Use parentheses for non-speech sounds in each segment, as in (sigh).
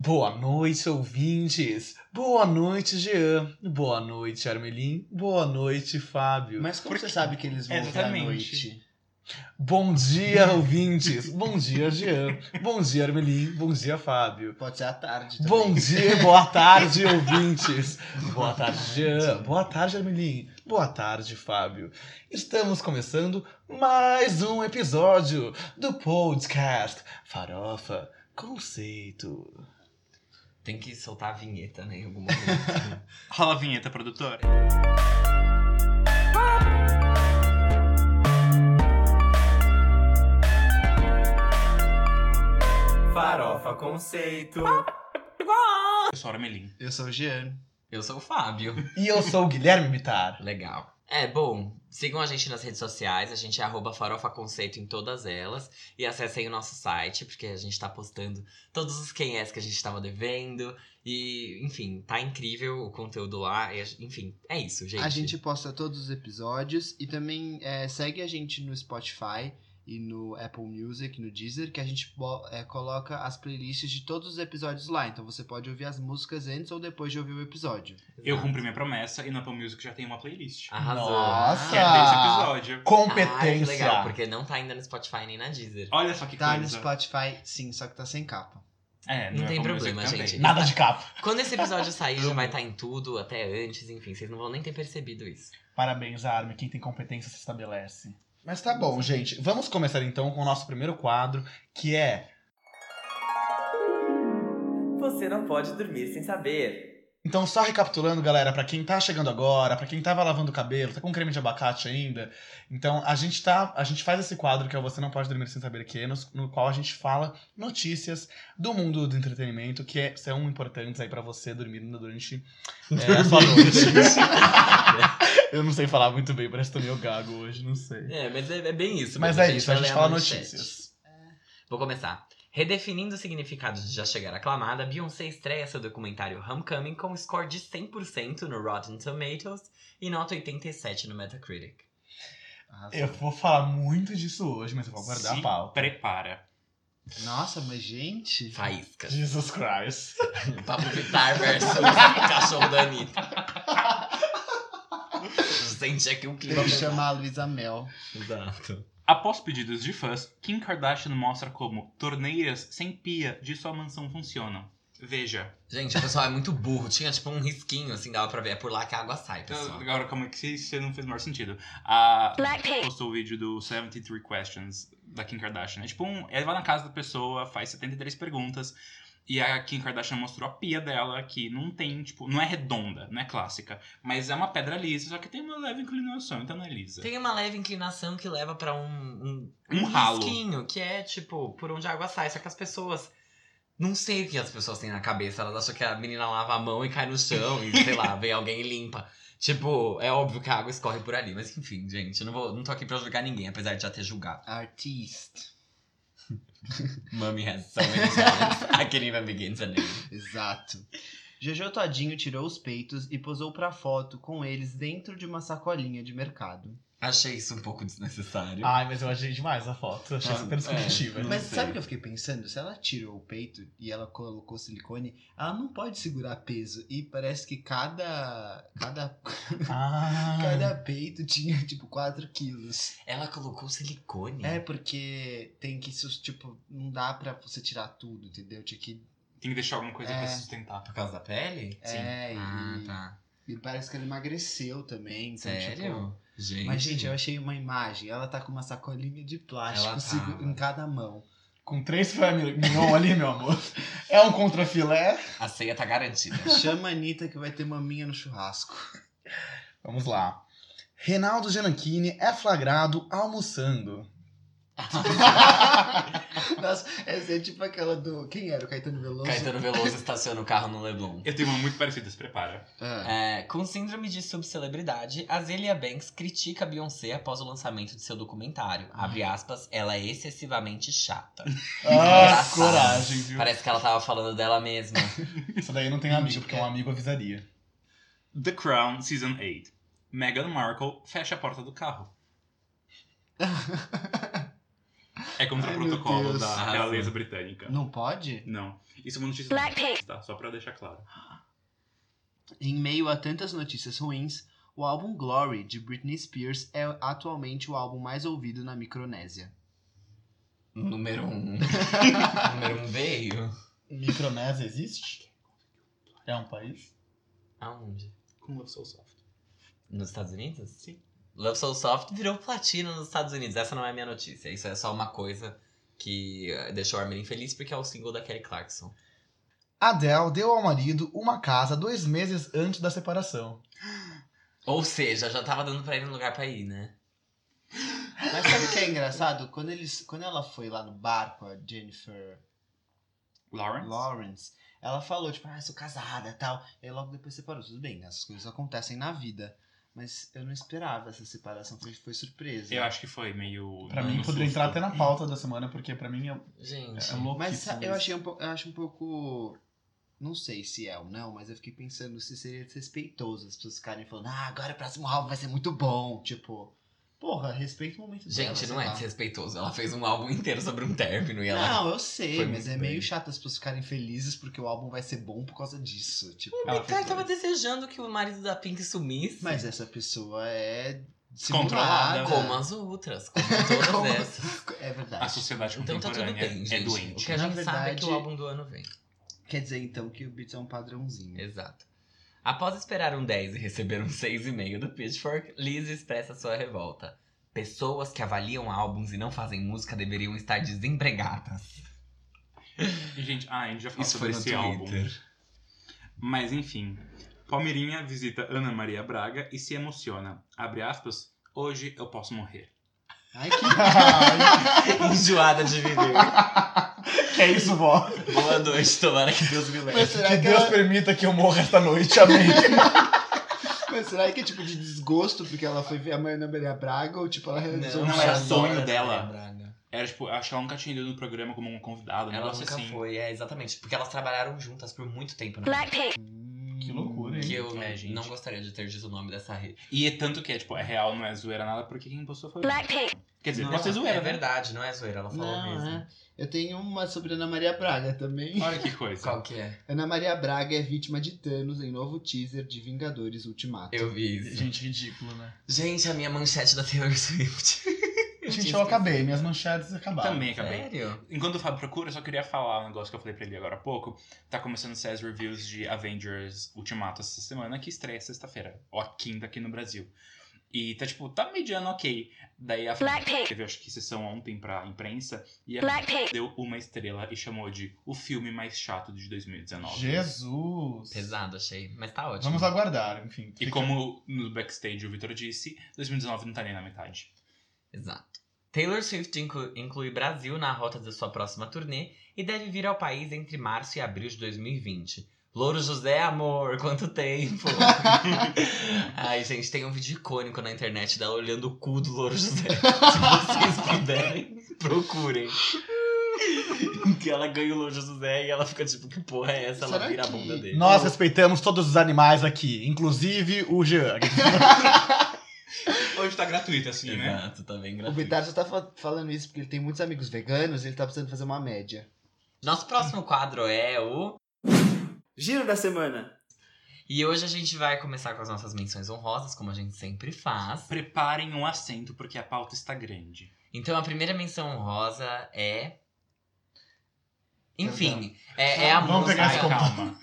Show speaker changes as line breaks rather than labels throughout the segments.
Boa noite, ouvintes! Boa noite, Jean! Boa noite, Armelin! Boa noite, Fábio!
Mas como você sabe que eles vão ver à
Exatamente.
noite?
Bom dia, ouvintes! Bom dia, Jean! Bom dia, Armelin! Bom dia, Fábio!
Pode ser à tarde também.
Bom dia, boa tarde, ouvintes. Boa tarde, Jean. Boa tarde, Armelin. Boa tarde, Fábio. Estamos começando mais um episódio do podcast Farofa Conceito.
Tem que soltar a vinheta, né? Em algum momento.
Rola a vinheta, produtora.
Farofa Conceito.
Eu sou Armelin.
Eu sou o Jean.
eu sou o Fábio.
E eu sou o Guilherme Bitar.
Legal. É, bom, sigam a gente nas redes sociais, a gente é arroba farofa conceito em todas elas. E acessem o nosso site, porque a gente tá postando todos os quem és que a gente tava devendo. E, enfim, tá incrível o conteúdo lá. E a- enfim, é isso, gente.
A gente posta todos os episódios e também é, segue a gente no Spotify e no Apple Music, no Deezer, que a gente bo- é, coloca as playlists de todos os episódios lá. Então você pode ouvir as músicas antes ou depois de ouvir o episódio.
Eu cumpri minha promessa e no Apple Music já tem uma playlist.
Arrasou.
Nossa!
Que é desse episódio.
Ai, que
Competência.
legal, porque não tá ainda no Spotify nem na Deezer.
Olha só que
Tá no
coisa.
Spotify, sim, só que tá sem capa.
É, no
Não tem
Apple
problema,
Music também.
gente.
Nada de capa.
Quando esse episódio sair, já vai estar em tudo, até antes, enfim, vocês não vão nem ter percebido isso.
Parabéns, Armin. Quem tem competência se estabelece. Mas tá bom, gente. Vamos começar então com o nosso primeiro quadro, que é.
Você não pode dormir sem saber.
Então, só recapitulando, galera, pra quem tá chegando agora, pra quem tava lavando o cabelo, tá com creme de abacate ainda. Então, a gente tá. A gente faz esse quadro que é o Você Não Pode Dormir Sem Saber Que, é, no, no qual a gente fala notícias do mundo do entretenimento que é- são importantes aí pra você dormir (laughs) durante é, a sua noite. (laughs) Eu não sei falar muito bem, parece que tô meio gago hoje, não sei.
É, mas é, é bem isso.
Mas
mesmo,
é isso, a
vai
gente
ler
fala
manchete.
notícias.
Vou começar. Redefinindo o significado de já chegar aclamada, Beyoncé estreia seu documentário Homecoming com um score de 100% no Rotten Tomatoes e nota 87 no Metacritic.
Arrasou.
Eu vou falar muito disso hoje, mas eu vou guardar
Se
a pauta.
prepara.
Nossa, mas gente.
Faísca. (laughs)
Jesus Christ.
Pablo Vittar versus cachorro da Anitta. (laughs) Sente aqui um clima.
Tem que chamar a Luísa Mel.
Exato.
Após pedidos de fãs, Kim Kardashian mostra como torneiras sem pia de sua mansão funcionam. Veja.
Gente, o pessoal é muito burro. Tinha tipo um risquinho, assim, dava pra ver. É por lá que a água sai, pessoal.
Agora, como é que isso não fez o menor sentido? A
Blackpink.
postou o vídeo do 73 Questions da Kim Kardashian. É tipo um. Ela vai na casa da pessoa, faz 73 perguntas. E a Kim Kardashian mostrou a pia dela, que não tem, tipo, não é redonda, não é clássica. Mas é uma pedra lisa, só que tem uma leve inclinação, então não é lisa.
Tem uma leve inclinação que leva pra um- um
Um ralo.
risquinho, que é tipo, por onde a água sai. Só que as pessoas. Não sei o que as pessoas têm na cabeça. Elas acham que a menina lava a mão e cai no chão e, sei
(laughs)
lá, vem alguém e limpa. Tipo, é óbvio que a água escorre por ali. Mas enfim, gente, eu não, vou, não tô aqui pra julgar ninguém, apesar de já ter julgado.
Artista.
Mummy has so many
(laughs)
talents. I can't even begin to name.
Exato. Jojo Todinho tirou os peitos e posou pra foto com eles dentro de uma sacolinha de mercado.
Achei isso um pouco desnecessário.
Ah.
Ai, mas eu achei demais a foto. Achei
Ah,
super descritiva.
é. Não
Mas
sei.
sabe o que eu fiquei pensando? Se ela tirou o peito e ela colocou silicone, ela não pode segurar peso. E parece que cada. cada.
Ah.
cada peito tinha tipo 4 quilos.
Ela colocou silicone.
É porque tem que. sus- Tipo, não dá pra você tirar tudo, entendeu? Tinha que.
Tem que deixar alguma coisa
É.
pra se sustentar.
Ah, Por causa da pele?
É, e,
Ah, tá.
e parece que ela emagreceu também. Então, tipo,
Sério? Gente.
Mas, gente, eu achei uma imagem. Ela tá com uma sacolinha de plástico
Ela tá.
segu- em cada mão.
Com três family mignon ali, meu amor. É um contrafilé.
A ceia tá garantida.
Chama a Anitta que vai ter maminha no churrasco.
(laughs)
Vamos lá. Reinaldo Giananchini é flagrado almoçando.
Nossa, essa é tipo aquela do. Quem era? O Caetano Veloso?
Caetano (laughs) Veloso estaciona o carro no Leblon.
Eu tenho uma muito parecida, se prepara.
Ah,
É, com síndrome de subcelebridade, Azealia Banks critica a Beyoncé após o lançamento de seu documentário. Abre aspas, ela é excessivamente chata.
Ah,
Engraçado.
coragem, viu?
Parece que ela tava falando dela (laughs) mesma.
Isso daí não tem amigo, porque um amigo avisaria.
The Crown Season 8. Meghan Markle fecha a porta do carro. É contra
Ai,
o
meu
protocolo
Deus.
da
Arrasou.
realeza britânica.
Não pode?
Não. Isso é uma notícia.
Blackpink.
Tá, só pra deixar claro.
Em meio a tantas notícias ruins, o álbum Glory de Britney Spears é atualmente o álbum mais ouvido na Micronésia.
Número (laughs) um. Número um veio.
Micronésia existe? É um país?
Aonde?
Com Love Soul Soft.
Nos Estados Unidos?
Sim.
Love Soul Soft virou platina nos Estados Unidos. Essa não é a minha notícia. Isso é só uma coisa que eh, deixou a Armin infeliz porque é o single da Kelly Clarkson.
Adele deu ao marido uma casa dois meses antes da separação.
Ou seja, já tava dando pra ele um lugar pra ir, né?
Mas sabe o que é engraçado? Quando, eles, quando ela foi lá no bar com a Jennifer
Lawrence?
Lawrence, ela falou, tipo, ah, sou casada e tal. E aí logo depois separou. Tudo bem, né? essas coisas acontecem na vida. Mas eu não esperava essa separação, foi, foi surpresa.
Eu acho que foi meio.
Pra
no-
mim,
no
poderia
Hum, susto.
entrar até na pauta da semana, porque pra mim é,
Gente.
é louco.
Mas sa- eu achei um pouco. Eu acho um pouco. Não sei se é ou não, mas eu fiquei pensando se seria desrespeitoso as pessoas ficarem falando, ah, agora o próximo álbum vai ser muito bom. Tipo, porra, respeita o momento dela,
Gente,
sei
não é
lá.
desrespeitoso. Ela fez um álbum inteiro sobre um término e ela.
Não, eu sei,
Foi
mas
muito
é meio
bem.
chato as pessoas ficarem felizes porque o álbum vai ser bom por causa disso. Tipo,
Ela
o cara
fez
tava
dois.
desejando que o marido da Pink sumisse.
mas essa pessoa é.
Descontrolada.
simulada.
Como as (laughs) outras, como todas
Como-
essas.
É verdade.
A sociedade
Então tá tudo
contemporânea
bem, gente.
é doente.
O que a
Na
gente sabe é que
verdade-
o álbum do ano vem.
Quer dizer, então, que o Beats é um padrãozinho.
Exato. Após esperar um 10 e receber um 6,5 do Pitchfork, Liz expressa sua revolta. Pessoas que avaliam álbuns e não fazem música deveriam estar desempregadas.
E, Gente, ah, a gente já falou sobre esse álbum. Mas enfim. Palmeirinha visita Ana Maria Braga e se emociona. Abre aspas. Hoje eu posso morrer.
Ai, que.
(laughs) Enjoada de viver.
Que é isso, vó?
Boa noite, tomara que Deus me
mas
leve.
será
Que
que
Deus
ela-
permita que eu morra esta noite, amém.
Mas (laughs) será que é tipo de desgosto porque ela foi ver a mãe Ana Maria Braga ou tipo ela realizou
não
um
era
sonho?
só- sonho
adora
dela.
Maria é Braga.
Era tipo, eu acho que ela nunca tinha ido no programa como um convidado, um
Ela
negócio
nunca
assim.
foi, é exatamente. Porque elas trabalharam juntas por muito tempo. Né?
Blackpink.
Que loucura,
Que
hein?
eu né,
É, gente.
não gostaria de ter dito o nome dessa rede.
E é tanto que é, tipo, é real, não é zoeira nada, porque quem postou foi.
Blackpink.
Quer dizer,
Não,
pode ser zoeira,
é
né?
verdade, não é zoeira, ela falou
Não,
mesmo.
é.
né? Eu tenho uma sobre Ana Maria Braga também.
Olha que coisa.
Qual que é?
Ana Maria Braga é vítima de Thanos em novo teaser de Vingadores Ultimato.
Eu vi isso.
Gente, ridículo, né?
Gente, a minha manchete da Taylor (laughs) Swift.
Gente, eu acabei. Minhas manchetes acabaram.
Também acabei.
Sério?
Enquanto o Fábio procura, eu só queria falar um negócio que eu falei pra ele agora há pouco. Tá começando a sair as reviews de Avengers Ultimato essa semana, que estreia sexta-feira, ou a quinta aqui no Brasil. E tá tipo, tá mediano ok. Daí a
Blackpink.
teve, acho que sessão ontem pra imprensa, e a
Blackpink.
deu uma estrela e chamou de o filme mais chato de 2019.
Jesus.
Pesado, achei. Mas tá ótimo.
Vamos aguardar, enfim.
E
Fica-
como no backstage o Vitor disse, 2019 não tá nem na metade.
Exato. Taylor Swift inclu- inclui Brasil na rota de sua próxima turnê e deve vir ao país entre março e abril de 2020. Louro José, amor,
(laughs)
quanto tempo! Ai, gente, tem um vídeo icônico na internet dela olhando o cu do Louro José. (laughs) Se vocês puderem, procurem. que ela ganha o Louro José e ela fica tipo, que porra é essa?
Será
ela vira
que-
a bunda dele.
Nós respeitamos todos os animais aqui, inclusive o
(laughs)
Jean.
Hoje tá gratuito, assim, né?
Exato, tá bem
O
engraçado.
Bitar só tá fa- falando isso porque ele tem muitos amigos veganos e ele tá precisando fazer uma média.
Nosso próximo quadro é o
Giro da semana.
E hoje a gente vai começar com as nossas menções honrosas, como a gente sempre faz.
Preparem um assento, porque a pauta está grande.
Então a primeira menção honrosa é. Enfim, é, é a
Vamos pegar esse
Ai,
música.
comp-
calma.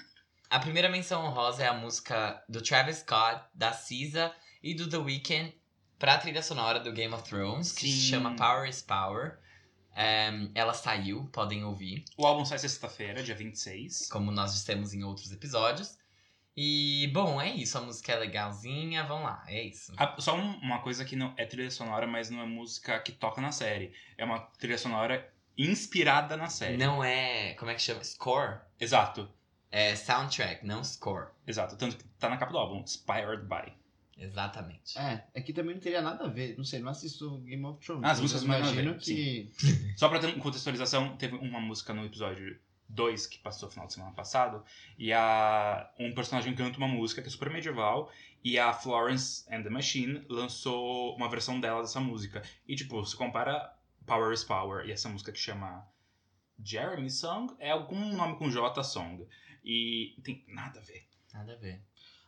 A primeira menção honrosa é a música do Travis Scott, da SZA e do The Weeknd pra trilha sonora do Game of Thrones, que se
Sim.
chama Power is Power. Ehm, ela saiu, podem ouvir.
O álbum sai sexta-feira, dia 26.
como nós dissemos em outros episódios. E, bom, é isso. A música é legalzinha. Vamos lá, é isso.
Ah, Só um- uma coisa que não é trilha sonora, mas não é música que toca na série. É uma trilha sonora inspirada na série.
Não é. Como é que chama? Score?
Exato,
É soundtrack, não score.
exato. Tanto que tá na capa do álbum, Inspired by.
Exatamente.
É, é que também não teria nada a ver. Não sei, não assisto Game of Thrones.
Ah, as
mas
músicas
eu
não tem nada a
imagino
ver,
que.
Só pra ter uma contextualização, teve uma música no episódio 2 que passou no final de semana passado. E a, um personagem canta uma música que é super medieval. E a Florence and the Machine lançou uma versão dela dessa música. E tipo, se compara Power is Power, e essa música que chama Jeremy Song é algum nome com J Song. E tem nada a ver.
Nada a ver.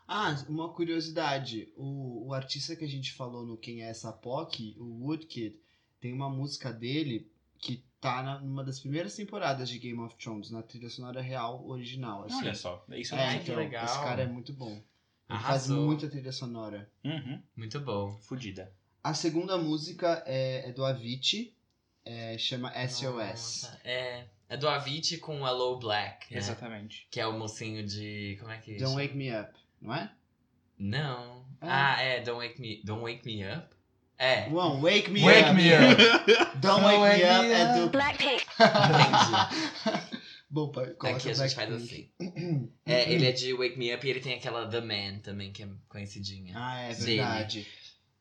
Ah, uma curiosidade. O, o artista que a gente falou no Quem é essa POC, o Woodkid, tem uma música dele que tá na, numa das primeiras temporadas de Game of Thrones, na trilha sonora real original. Assim.
Olha só, é isso
É,
Ai,
mesmo.
que
então,
legal.
Esse cara é muito bom. Ele faz
Arrasou.
muita trilha sonora.
Uhum,
Muito bom.
fudida.
A segunda música é, é do Avicii, é, chama SOS.
Nossa, É. É do Avicii com o Hello Black, né?
Exatamente.
Que é o mocinho de. Como é que
Don't
chama?
Wake Me Up, não é?
Não.
Ah.
Ah, é. Don't wake me. Don't wake me up. É.
One, Wake Me
Wake
Up.
me up.
Don't Wake Me Up é do...
Blackpink.
(laughs) Bom, pai, coloca
Aqui a gente faz
Blackpink. (clears throat)
assim. É, ele é de Wake Me Up e ele tem aquela The Man também, que é conhecidinha.
Ah, é
Dele.
verdade.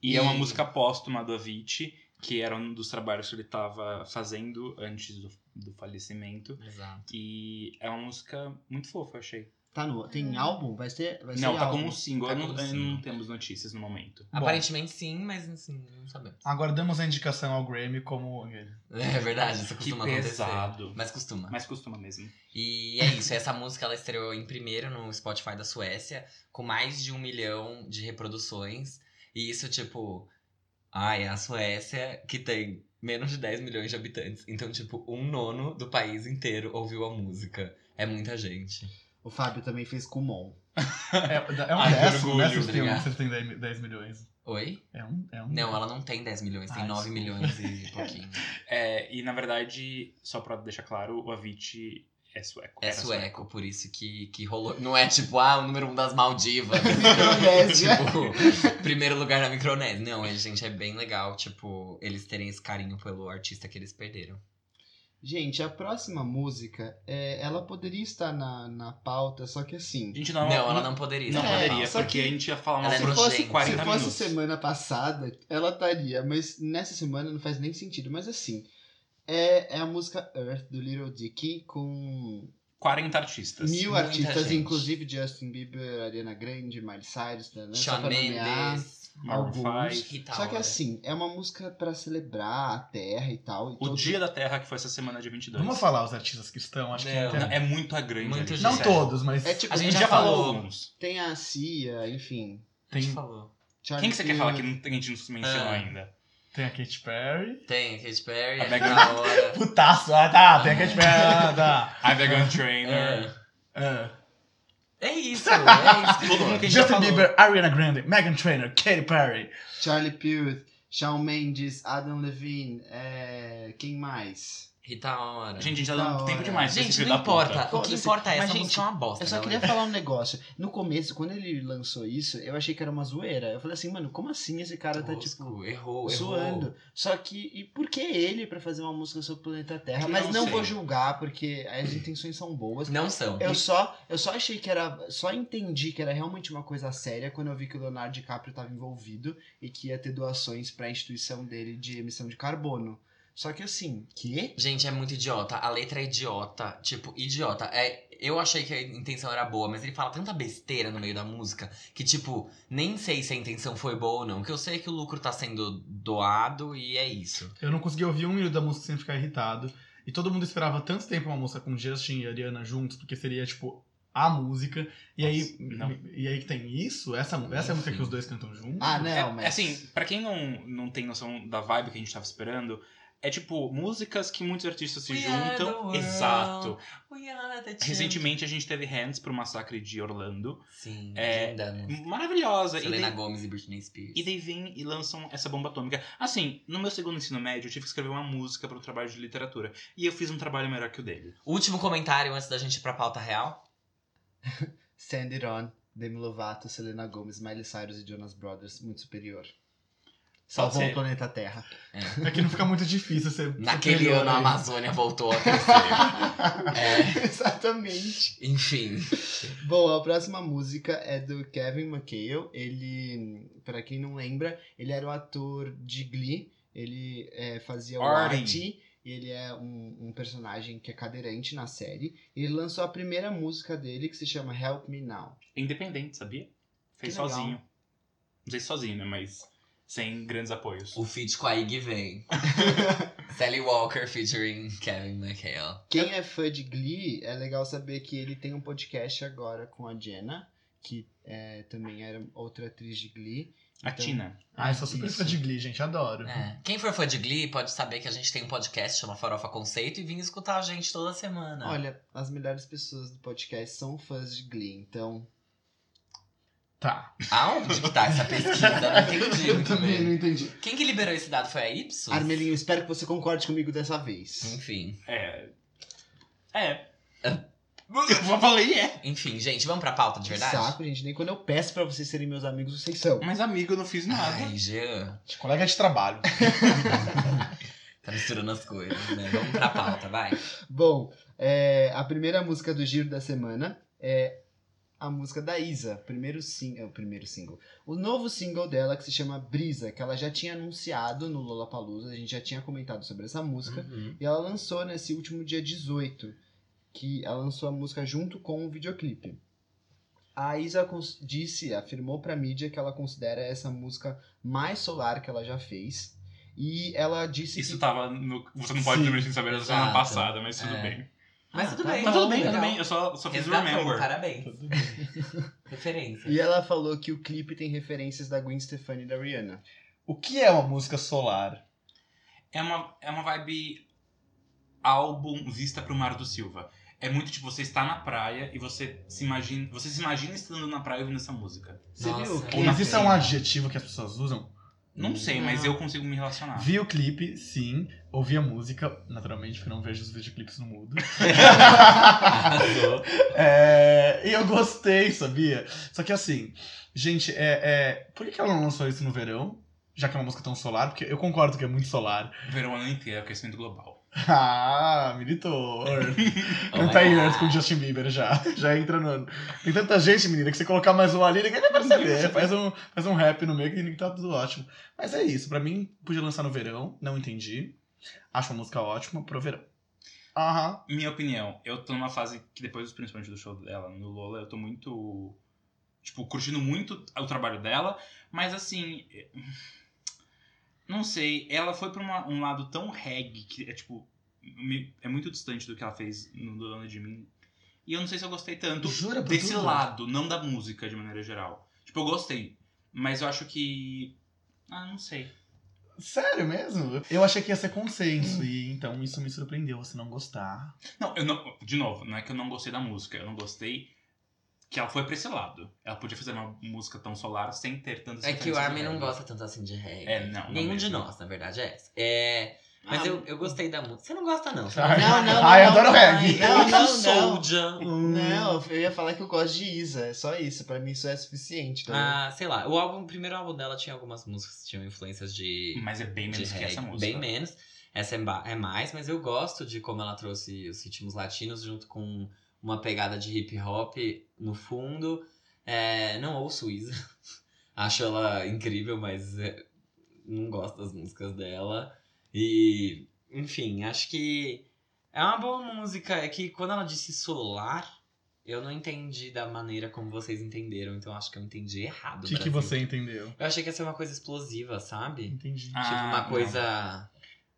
E é uma
E-
música póstuma do Avicii, que era um dos trabalhos que ele tava fazendo antes do, do falecimento.
Exato.
E é uma música muito fofa, eu achei.
Tá no... Tem álbum? Vai ser vai
Não,
ser
tá
álbum.
como um single,
Tá
eu não,
como
eu
single.
não temos notícias no momento.
Bom.
Aparentemente sim, mas assim, não sabemos.
Agora damos a indicação ao Grammy como.
(laughs) É verdade, isso
Que
costuma
pesado.
acontecer. Mas costuma.
Mas costuma mesmo.
E é isso, essa música ela estreou em primeiro no Spotify da Suécia, com mais de um milhão de reproduções. E isso, tipo. Ai, a Suécia, que tem menos de 10 milhões de habitantes. Então, tipo, um nono do país inteiro ouviu a música. É muita gente.
O Fábio também fez Kumon.
É, é um
Ai, que
décimo, né?
orgulho.
Vocês têm, um-
Obrigado.
vocês têm 10, mi- 10 milhões.
Oi?
É um.
Hum.
É um
Não, ela não tem 10 milhões, tem
Ah,
9
desculpa.
milhões e pouquinho.
É, e na verdade, só pra deixar claro, o Avicii é sueco.
É
Era
sueco, por isso que, que rolou. Não é tipo, ah, o número um das
(laughs)
Maldivas.
Micronésia.
tipo, primeiro lugar na Micronésia. Não, é, gente, é bem legal, tipo, eles terem esse carinho pelo artista que eles perderam.
Gente, a próxima música, é, ela poderia estar na, na pauta, só que assim...
A gente
Não,
não,
ela não poderia.
Não
estar na
poderia,
pauta.
só
porque
que
a gente ia
ela
falar umas
é
se
pro-
fosse,
gente.
se
40
fosse
minutos.
semana passada, ela estaria, mas nessa semana não faz nem sentido. Mas assim, é, é a música Earth do Little Dicky com
40 artistas.
mil
muita
artistas,
gente.
inclusive Justin Bieber, Ariana Grande, Miley Cyrus, né, né, só
Shawn
pra nomear.
Mendes, né?
Maroon
alguns.
five.
Rita
Só que
Ora.
assim, é uma música pra celebrar a terra e tal. E
O
todo-
Dia da Terra, que foi essa semana de 22.
Vamos falar os artistas que estão, acho
Não.
que.
Não,
Não,
é muito a grande.
Muito
lista.
não
Sério.
todos, mas.
É tipo,
A
A
gente já
gente já falou
falou.
alguns.
tem a Cia, enfim.
A gente
Tem,
falou.
Charlie
Quem que você quer falar que
Puth.
não- que a gente não se mencionou
Ah.
ainda?
tem a Katy Perry.
Tem a Katy Perry, é
A
a
Megan-
Rita Ora.
Putaço, ah tá, tem a Katy Perry. Ah, tá.
A Vegan Trainer.
É.
Ah.
É
(laughs)
isso, é
Todo mundo que
isso.
a gente já
Justin
falou.
Bieber, Ariana Grande, Megan Trainor, Katy Perry.
Charlie Puth, Shawn Mendes, Adam Levine, é, quem mais?
Rita Ora. Ah,
Gente, a gente tá
Da
dando tempo
hora.
demais. pra esse
Gente,
filho
não
da puta.
importa. O que
Foda-se.
importa é
Mas,
essa
gente,
música é uma bosta.
Eu só
né,
queria
galera?
falar um negócio. No começo, quando ele lançou isso, eu achei que era uma zoeira. Eu falei assim, mano, como assim esse cara tá, tipo,
Tosco, errou,
zoando?
errou.
Só que, e por que ele pra fazer uma música sobre o planeta Terra?
Eu
Mas
não
não
sei.
vou julgar, porque as intenções são boas.
Não são.
Eu só, eu só achei que era. Só entendi que era realmente uma coisa séria quando eu vi que o Leonardo DiCaprio estava envolvido e que ia ter doações pra instituição dele de emissão de carbono. Só que assim, que?
Gente, é muito idiota. A letra é idiota. Tipo, idiota. É, eu achei que a intenção era boa, mas ele fala tanta besteira no meio da música que, tipo, nem sei se a intenção foi boa ou não. Que eu sei que o lucro tá sendo doado e é isso.
Eu não consegui ouvir um minuto da música sem ficar irritado. E todo mundo esperava tanto tempo uma música com Justin e Ariana juntos, porque seria, tipo, a música. E aí.
não.
E aí que tem isso? Essa, essa é a música que os dois cantam juntos?
Ah,
É,
não, mas.
Assim, pra quem não, não tem noção da vibe que a gente tava esperando, é tipo músicas que muitos artistas se
We are the
juntam.
world.
Exato.
We are the champions.
Recentemente a gente teve Hands pro massacre de Orlando.
Sim,
É,
linda. música.
Maravilhosa. E
Selena
daí-
Gomes e Britney Spears.
E daí vem e lançam essa bomba atômica. Assim, no meu segundo ensino médio, eu tive que escrever uma música para um trabalho de literatura. E eu fiz um trabalho melhor que o dele.
Último comentário antes da gente ir pra pauta real.
Send It On, Demi Lovato, Selena Gomez, Miley Cyrus e Jonas Brothers, muito superior. Salvou
ser.
o planeta Terra. (laughs)
É que não fica muito difícil você. né? você
Naquele
melhora
ano a
aí.
Amazônia voltou a crescer. É,
Exatamente.
enfim.
Bom, a próxima música é do Kevin McHale. Ele, pra quem não lembra, ele era o ator de Glee. Ele é, fazia o
Artie.
Artie. e Ele é um, um personagem que é cadeirante na série. E ele lançou a primeira música dele, que se chama Help Me Now.
É Independente, sabia? Fez
Que legal.
sozinho. Não sei se sozinho, né? Mas sem grandes apoios.
O feat com a Ig vem. Sally Walker featuring Kevin McHale.
Quem é fã de Glee, é legal saber que ele tem um podcast agora com a Jenna, que é, também era outra atriz de Glee.
A
Então,
Tina.
Ah, eu sou super
isso.
fã de Glee, gente. Adoro.
É. Quem for fã de Glee pode saber que a gente tem um podcast chama Farofa Conceito e vim escutar a gente toda semana.
Olha, as melhores pessoas do podcast são fãs de Glee, então.
Tá.
Aonde que tá essa pesquisa? Não
(laughs)
entendi
Eu
muito
também
bem.
não entendi.
Quem que liberou esse dado foi a Ipsos?
Armelinho, espero que você concorde comigo dessa vez.
Enfim.
É. É. (laughs) Eu falei é.
Enfim, gente, vamos pra pauta de verdade?
Saco, gente. Nem quando eu peço pra vocês serem meus amigos, vocês são.
Mas, amigo, eu não fiz nada.
Ai, Jean,
De colega de trabalho.
tá misturando as coisas, né? Vamos pra pauta, vai.
Bom, é, a primeira música do Giro da Semana é a música da Isa, primeiro sing é o primeiro single. O novo single dela, que se chama Brisa, que ela já tinha anunciado no Lollapalooza, a gente já tinha comentado sobre essa música,
Uhum.
e ela lançou nesse último dia 18, que ela lançou a música junto com o videoclipe. A Isa cons- disse, afirmou pra mídia que ela considera essa música mais solar que ela já fez, e ela disse
Isso
que...
tá
tava no. Você não pode
Sim.
dormir sem saber da
Exato.
semana passada, mas tudo
É.
bem.
Mas
Ah,
tudo
tá
bem.
Tá tudo bem, tudo
legal.
bem. Eu só, só fiz
Resgatou, um
remember.
parabéns. Referência.
(laughs) E ela falou que o clipe tem referências da Gwen Stefani e da Rihanna.
O que é uma música solar?
É uma, é uma vibe álbum Vista pro Mar do Silva. É muito tipo, você está na praia e você se imagina. Você se imagina estando na praia ouvindo essa música.
Você
Nossa.
viu o clipe?
Ou na
Mas isso é um adjetivo que as pessoas usam?
Não sei,
Não.
mas eu consigo me relacionar.
Vi o clipe, sim. Ouvi a música, naturalmente, porque eu não vejo os videoclipes no mudo.
Arrasou.
É, e eu gostei, sabia? Só que assim, gente, é, é, por que que ela não lançou isso no verão? Já que é uma música tão solar, porque eu concordo que é muito solar. (laughs)
Verão o ano inteiro, aquecimento global.
Ah, militor.
Oh
Canta
my
aí
God.
Earth tá com o Justin Bieber já. (laughs) Já entra no ano. Tem tanta gente, menina, que você colocar mais um ali, ninguém vai perceber. Faz um, faz um rap no meio que tá tudo ótimo. Mas é isso, pra mim, podia lançar no verão, não entendi. Acho uma música ótima pro verão. Aham.
Minha opinião, eu tô numa fase que depois, principalmente do show dela no Lola, eu tô muito. Tipo, curtindo muito o trabalho dela, mas assim. eh, Não sei, ela foi pra uma- um lado tão reggae que é tipo. me- é muito distante do que ela fez no Dona de Mim. E eu não sei se eu gostei tanto
Jura por
desse
tudo?
lado, não da música de maneira geral. Tipo, eu gostei, mas eu acho que. Ah, não sei.
Sério mesmo? Eu achei que ia ser consenso, e então isso me surpreendeu, você não gostar.
Não, eu não. De novo, não é que eu não gostei da música. Eu não gostei que ela foi pra esse lado. Ela podia fazer uma música tão solar sem ter tantas
É que o
referências
Armin
ao
não
reggae.
gosta tanto assim de reggae.
tá É, não, não
Nenhum de
mesmo.
nós, na verdade, é essa. É, mas
Ah,
eu, eu gostei da música. Você não gosta,
(laughs)
não. Você
Ai,
gosta,
não, não,
ai,
não,
adoro
não,
reggae.
não,
Eu
não,
não
não.
sou o Jan.
Não, eu ia falar que eu gosto de Isa, é só isso. Pra mim isso é suficiente. Tá?
Ah, sei lá. O, álbum, o primeiro álbum dela tinha algumas músicas que tinham influências de,
Mas é bem
de
menos que
reggae,
essa música.
Bem menos. Essa é, ba- é mais, mas eu gosto de como ela trouxe os ritmos latinos junto com uma pegada de hip hop no fundo. É, não ouço Isa. (laughs) Acho ela incrível, mas é, não gosto das músicas dela. E, enfim, acho que é uma boa música. É que quando ela disse solar, eu não entendi da maneira como vocês entenderam, então acho que eu entendi errado.
O que, que
Brasil.
você entendeu?
Eu achei que ia ser uma coisa explosiva, sabe?
Entendi.
Ah,
tipo, uma
não.
coisa.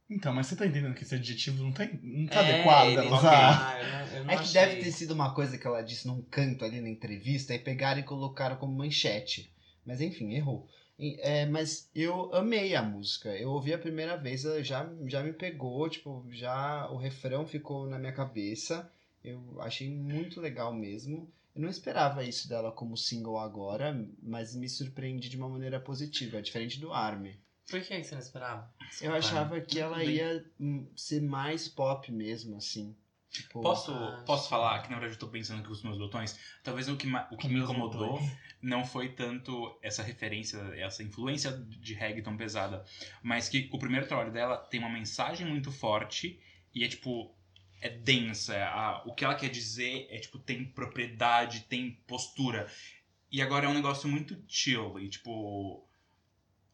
Então, mas você tá entendendo que esse adjetivo não, tem, não tá
É,
adequado
ele-
a
ok.
usar?
Ah, eu não- eu não
é que
achei.
deve ter sido uma coisa que ela disse num canto ali na entrevista e pegaram e colocaram como manchete. Mas enfim, errou. E, é, mas eu amei a música. Eu ouvi a primeira vez, ela já, já me pegou, tipo, já o refrão ficou na minha cabeça. Eu achei muito legal mesmo. Eu não esperava isso dela como single agora, mas me surpreende de uma maneira positiva, diferente do Army.
Por que que você não esperava?
Eu
Desculpa.
achava que ela
bem.
ia hum, ser mais pop mesmo, assim. Tipo,
Posso,
Ah,
posso
sim.
falar que na verdade eu tô pensando aqui com os meus botões? Talvez o que, ma- o que me incomodou não foi tanto essa referência, essa influência de reggae tão pesada, mas que o primeiro trabalho dela tem uma mensagem muito forte e é tipo é densa, é a- o que ela quer dizer é tipo tem propriedade, tem postura. E agora é um negócio muito chill e tipo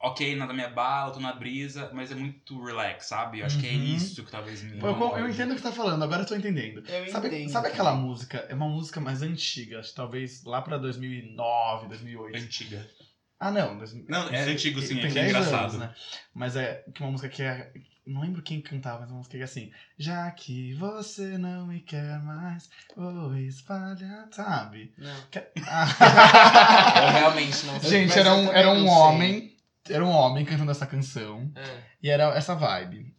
OK, nada me abala, tô na brisa, mas é muito relax, sabe? Eu acho que é
Uhum.
isso que talvez me
Pô, Eu, eu
incomode.
entendo o que tá falando, agora eu tô entendendo.
Eu
Sabe,
entendo.
sabe aquela música? É uma música mais antiga, acho que talvez lá pra 2009, 2008.
antiga.
Ah, não. mas-
Não, é antigo, sim,
tem
é que é
10 anos,
engraçado.
né? Mas é que uma música que é. Não lembro quem cantava, mas uma música que é assim. Já que você não me quer mais, vou espalhar, sabe?
Não.
Que-
(laughs)
(laughs)
Eu
Ah.
realmente não sei.
Gente,
Mas
era
eu
um,
também
era um
não sei.
homem. Era um homem cantando essa canção.
É.
E era essa vibe.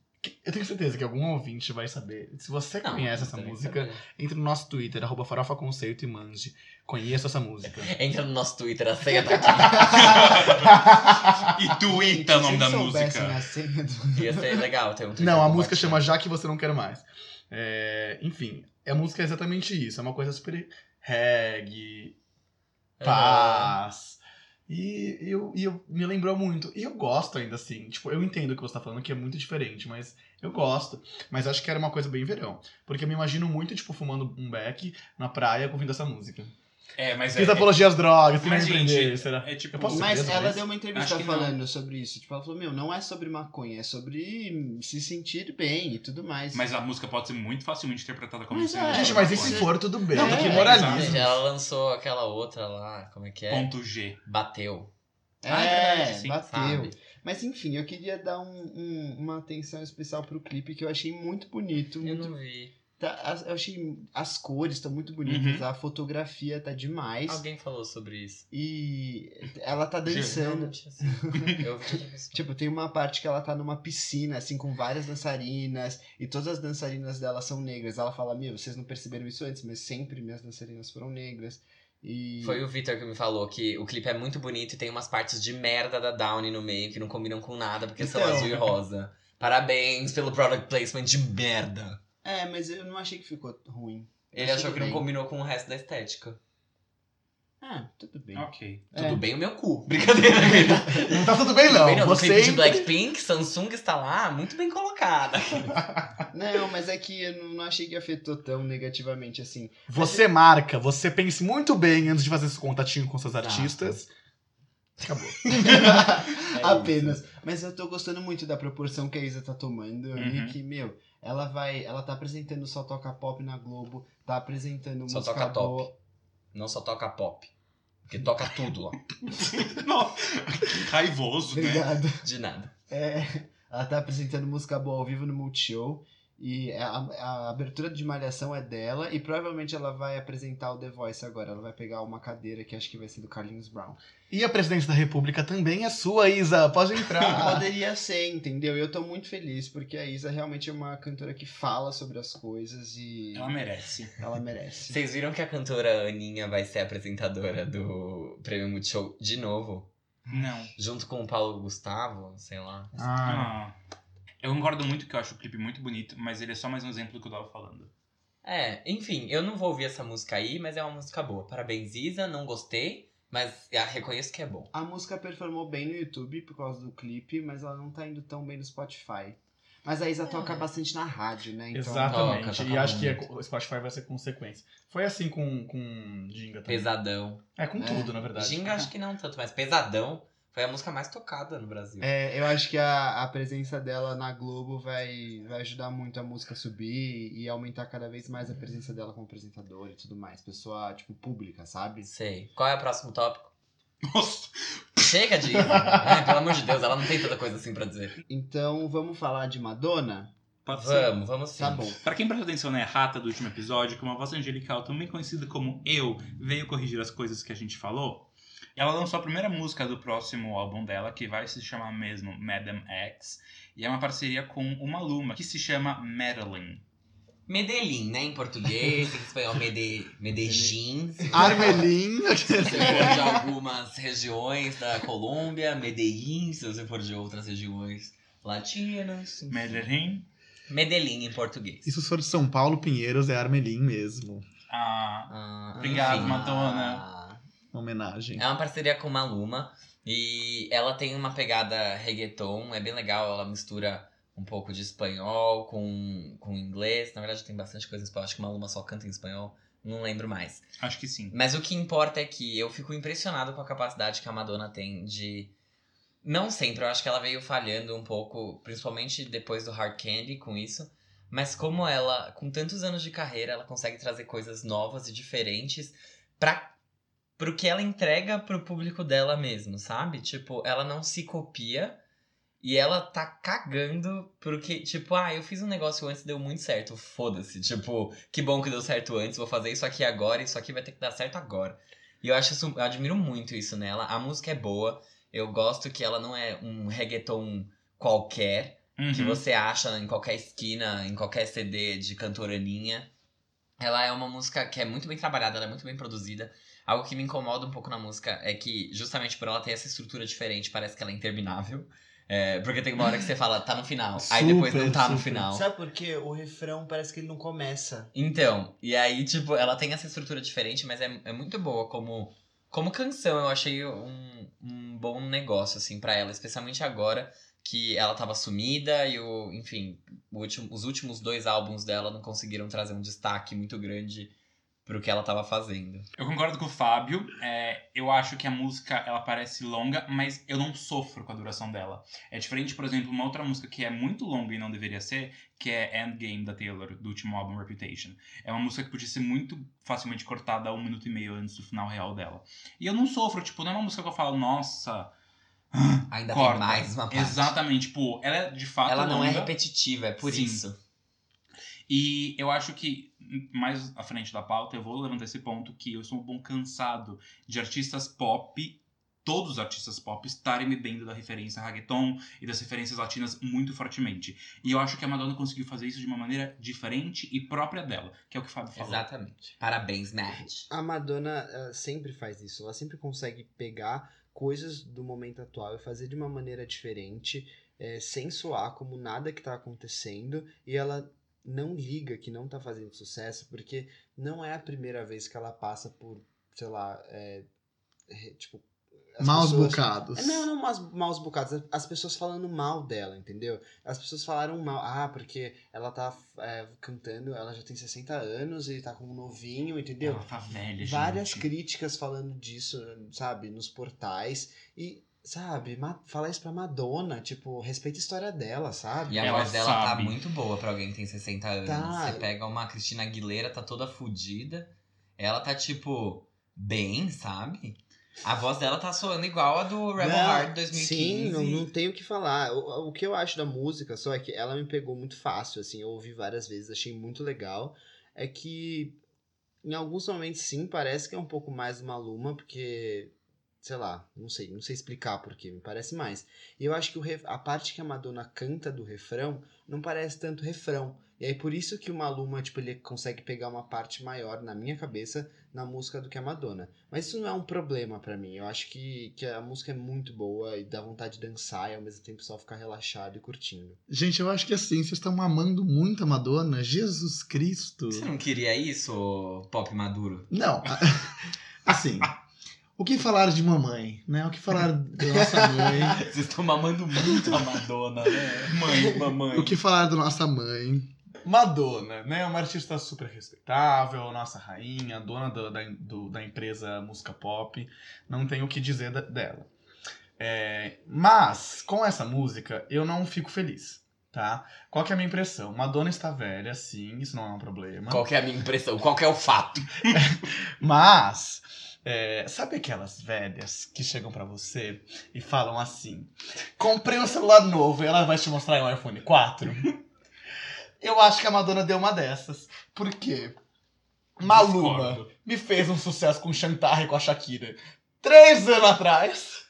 Eu tenho certeza que algum ouvinte vai saber. Se você
Não,
conhece é essa
também
música,
sabia.
entre no nosso Twitter, arroba farofa conceito e mande. Conheço essa
(laughs)
música.
Entra no nosso Twitter, a senha tá aqui.
(laughs) E tuita é Então, o nome da música.
A senha do...
Ia ser legal ter um Twitter.
Não, a
compartilhado.
música chama Já Que Você Não Quer Mais. É, enfim, a música é exatamente isso. É uma coisa super reggae,
É.
paz. E eu, e eu me lembrou muito. E eu gosto ainda assim. Tipo, eu entendo o que você tá falando, que é muito diferente, mas eu gosto. Mas acho que era uma coisa bem verão. Porque eu me imagino muito, tipo, fumando um beck na praia ouvindo essa música.
É, mas é.
Fiz apologia às drogas, que
Mas,
me prender,
gente,
será?
é tipo.
Eu posso-
Mas
mesmo,
ela
isso?
deu uma entrevista
Acho que não.
falando sobre isso. Tipo, ela falou, meu, não é sobre maconha, é sobre se sentir bem e tudo mais.
Mas a música pode ser muito facilmente interpretada como né?
Mas
sendo
é.
Gente, mas e se for, tudo bem.
Não,
que
é,
moralismo.
Gente, Ela Ah, lançou aquela outra lá, como é que é?
Ponto G.
Bateu.
É,
Ah, é verdade, sim,
bateu.
Sabe?
Mas enfim, eu queria dar um- um- uma atenção especial pro clipe que eu achei muito bonito.
Eu
muito-
não vi.
tá- as- eu achei as cores estão muito bonitas,
Uhum.
a fotografia tá demais.
Alguém falou sobre isso.
E ela tá
Gil.
Não,
dançando.
não tinha (laughs) sido. Eu vi outra pessoa.
Tipo, tem uma parte que ela tá numa piscina, assim, com várias dançarinas, e todas as dançarinas dela são negras. Ela fala, meu, vocês não perceberam isso antes, mas sempre minhas dançarinas foram negras. E.
Foi o Victor que me falou que o clipe é muito bonito e tem umas partes de merda da Downy no meio que não combinam com nada porque são
Então.
azul e rosa. Parabéns pelo product placement de merda.
É, mas eu não achei que ficou ruim.
Ele
Tudo
achou que não
bem.
combinou com o resto da estética.
Ah, tudo bem.
(laughs)
Ok.
É.
Tudo bem o meu cu. (laughs) Brincadeira.
Não tá tudo bem, não.
Tudo bem, não. No clipe
Você
de Blackpink, Samsung está lá, muito bem colocada.
Não, mas é que eu não- não achei que afetou tão negativamente
(laughs)
assim. (laughs)
Você marca, você pense muito bem antes de fazer esse contatinho com seus artistas. Acabou.
É
Apenas. Mas eu tô gostando muito da proporção que a Isa tá tomando. Eu vi
Uhum.
que, meu, ela vai. Ela tá apresentando só toca pop na Globo, tá apresentando
Só
música
toca top.
boa.
Não só toca pop. Porque toca tudo lá.
Nossa, que raivoso, né?
Obrigado.
De nada.
É, (laughs) ela tá apresentando música boa ao vivo no Multishow. E é a, a abertura de Malhação é dela. E provavelmente ela vai apresentar o The Voice agora. Ela vai pegar uma cadeira que acho que vai ser do Carlinhos Brown.
E a presidência da República também é sua, Isa. (laughs) Pode entrar.
Poderia ser, entendeu? Eu tô muito feliz, porque a Isa realmente é uma cantora que fala sobre as coisas e
Ela merece.
ela merece.
Vocês viram que a cantora Aninha vai ser apresentadora do Prêmio Multishow de novo?
Não.
Junto com o Paulo Gustavo, sei lá.
Ah,
Ah. Eu concordo muito que eu acho o clipe muito bonito, mas ele é só mais um exemplo do que eu tava falando.
É, enfim, eu não vou ouvir essa música aí, mas é uma música boa. Parabéns, Isa, não gostei, mas ah, reconheço que é bom.
A música performou bem no YouTube por causa do clipe, mas ela não tá indo tão bem no Spotify. Mas a Isa toca bastante na rádio, né? Então,
exatamente.
Toca, toca
e acho
muito.
que o Spotify vai ser consequência. Foi assim com, com Dinga também.
Pesadão.
É, com
É.
tudo, na verdade.
Ginga
(laughs)
acho que não tanto, mas Pesadão foi a música mais tocada no Brasil.
É, eu acho que a, a presença dela na Globo vai, vai ajudar muito a música a subir e aumentar cada vez mais a presença dela como apresentadora e tudo mais. Pessoa, tipo, pública, sabe?
Sei. Qual é o próximo tópico?
Nossa.
Chega
(laughs)
de Isa. Ai, pelo amor de Deus, ela não tem tanta coisa assim pra dizer.
Então, vamos falar de Madonna?
Pode ser.
Vamos, vamos sim.
Tá bom.
Pra quem prestou atenção na errata do último episódio, que é uma voz angelical, também conhecida como Eu, veio corrigir as coisas que a gente falou, ela lançou a primeira música do próximo álbum dela, que vai se chamar mesmo Madam X, e é uma parceria com uma luma, que se chama Madeline.
Medellín, né? Em português, em espanhol, Mede... Medellín. se você
(laughs) Armelin.
for de algumas regiões da Colômbia, Medellín, se você for de outras regiões latinas. enfim.
Madeline?
Medellín em português.
E se for de São Paulo, Pinheiros é Armelin mesmo.
Ah,
Ah,
Obrigado,
enfim. Ah,
Madonna.
Uma homenagem.
É uma parceria com Maluma. E ela tem uma pegada reggaeton, é bem legal. Ela mistura um pouco de espanhol com, com inglês. Na verdade, tem bastante coisa em espanhol. Acho que Maluma só canta em espanhol. Não lembro mais.
acho que sim.
Mas o que importa é que eu fico impressionado com a capacidade que a Madonna tem de. Não sempre, eu acho que ela veio falhando um pouco, principalmente depois do Hard Candy com isso. Mas como ela, com tantos anos de carreira, ela consegue trazer coisas novas e diferentes pra pro que ela entrega pro público dela mesmo, sabe? Tipo, ela não se copia e ela tá cagando pro que, tipo, ah, eu fiz um negócio antes deu muito certo, foda-se. Tipo, que bom que deu certo antes, vou fazer isso aqui agora, isso aqui vai ter que dar certo agora. E eu acho isso, eu admiro muito isso nela. A música é boa, eu gosto que ela não é um reggaeton qualquer que
Uhum.
você acha em qualquer esquina, em qualquer CD de cantoraninha. Ela é uma música que é muito bem trabalhada, ela é muito bem produzida. Algo que me incomoda um pouco na música é que, justamente por ela ter essa estrutura diferente, parece que ela é interminável. É, porque tem uma hora que você fala, tá no final, aí depois não
Super,
tá no
super.
final.
Sabe por quê? O refrão parece que ele não começa.
Então, e aí, tipo, ela tem essa estrutura diferente, mas é, é muito boa como, como canção. Eu achei um, um bom negócio, assim, pra ela, especialmente agora que ela tava sumida e, o, enfim, o último- os últimos dois álbuns dela não conseguiram trazer um destaque muito grande pro que ela tava fazendo.
Eu concordo com o Fábio. é, eu acho que a música ela parece longa, mas eu não sofro com a duração dela. É diferente, por exemplo, uma outra música que é muito longa e não deveria ser, que é Endgame da Taylor, do último álbum Reputation. É uma música que podia ser muito facilmente cortada a um minuto e meio antes do final real dela. E eu não sofro, tipo, não é uma música que eu falo, nossa,
Ainda
corta.
tem mais uma parte.
Exatamente, tipo, ela é de fato
Ela não é
longa.
repetitiva, é por
Sim.
isso.
E eu acho que mais à frente da pauta eu vou levantar esse ponto que eu sou um bom cansado de artistas pop, todos os artistas pop estarem bebendo da referência reggaeton e das referências latinas muito fortemente. E eu acho que a Madonna conseguiu fazer isso de uma maneira diferente e própria dela, que é o que o Fábio falou.
Exatamente. Parabéns, Matt.
A Madonna eh, sempre faz isso. Ela sempre consegue pegar coisas do momento atual e fazer de uma maneira diferente, eh, sem soar como nada que tá acontecendo. E ela não liga que não tá fazendo sucesso, porque não é a primeira vez que ela passa por, sei lá, eh, re- tipo. as
Maus
pessoas-
bocados.
é, Não, não maus, maus bocados. as- As pessoas falando mal dela, entendeu? As pessoas falaram mal. Ah, porque ela tá é, cantando, ela já tem 60 anos e tá com um novinho, entendeu?
Ela tá velha,
Várias
gente.
críticas falando disso, sabe? Nos portais. E, sabe? ma- Falar isso pra Madonna, tipo, respeita a história dela, sabe?
E a
Ela
voz dela tá
sabe.
muito boa pra alguém que tem 60 anos.
Tá.
Você pega uma Cristina Aguilera, tá toda fodida. Ela tá, tipo, bem, sabe? A voz dela tá soando igual a do Rebel
Não,
Heart 2015.
Sim, não, não tenho o que falar. O, o que eu acho da música só é que ela me pegou muito fácil, assim, eu ouvi várias vezes, achei muito legal. É que em alguns momentos sim, parece que é um pouco mais uma luma, porque sei lá, não sei, não sei explicar porque me parece mais. E eu acho que o ref- a parte que a Madonna canta do refrão não parece tanto refrão. E aí por isso que o Maluma, tipo, ele consegue pegar uma parte maior na minha cabeça na música do que a Madonna. Mas isso não é um problema pra mim. Eu acho que, que a música é muito boa e dá vontade de dançar e ao mesmo tempo só ficar relaxado e curtindo.
Gente, eu acho que assim, vocês estão amando muito a Madonna. Jesus Cristo.
Você não queria isso, ô pop maduro?
Não, (laughs) a- assim. O que falar de mamãe, né? O que falar da nossa
(laughs)
mãe?
Vocês estão mamando
(laughs)
muito a Madonna, né?
Mãe, mamãe.
O que falar da nossa mãe?
Madonna, né? Uma artista super respeitável, nossa rainha, dona do- da, do- da empresa música pop. Não tenho o que dizer da- dela. É, mas, com essa música, eu não fico feliz, tá? Qual que é a minha impressão? Madonna está velha, sim, isso não é um problema.
Qual que é a minha impressão? Qual que é o fato?
Mas, é, sabe aquelas velhas que chegam pra você e falam assim: comprei um celular novo e ela vai te mostrar um
(laughs)
iPhone 4? Eu acho que a Madonna deu uma dessas. Por quê? Maluma
Discordo.
me fez um sucesso com o Chantarre e com a Shakira três anos atrás.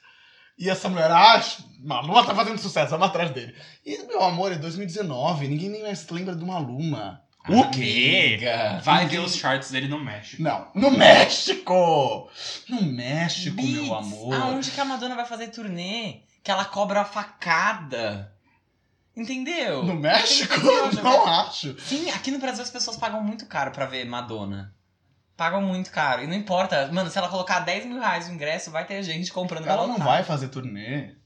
E essa mulher, ah, Maluma tá fazendo sucesso, vamos atrás dele. E, meu amor, é 2019, ninguém nem mais lembra do Maluma.
O quê?
Amiga.
Vai ver os charts dele no México.
Né?
Não, no México! No México,
Beats,
meu amor.
Aonde que a Madonna vai fazer turnê? Que ela cobra a facada. Entendeu?
No México?
Não, no
Não
México.
acho.
Sim, aqui no Brasil as pessoas pagam muito caro pra ver Madonna. Pagam muito caro. E não importa, mano, se ela colocar 10 mil reais no ingresso, vai ter gente comprando pra
Ela não
lotar.
vai fazer turnê.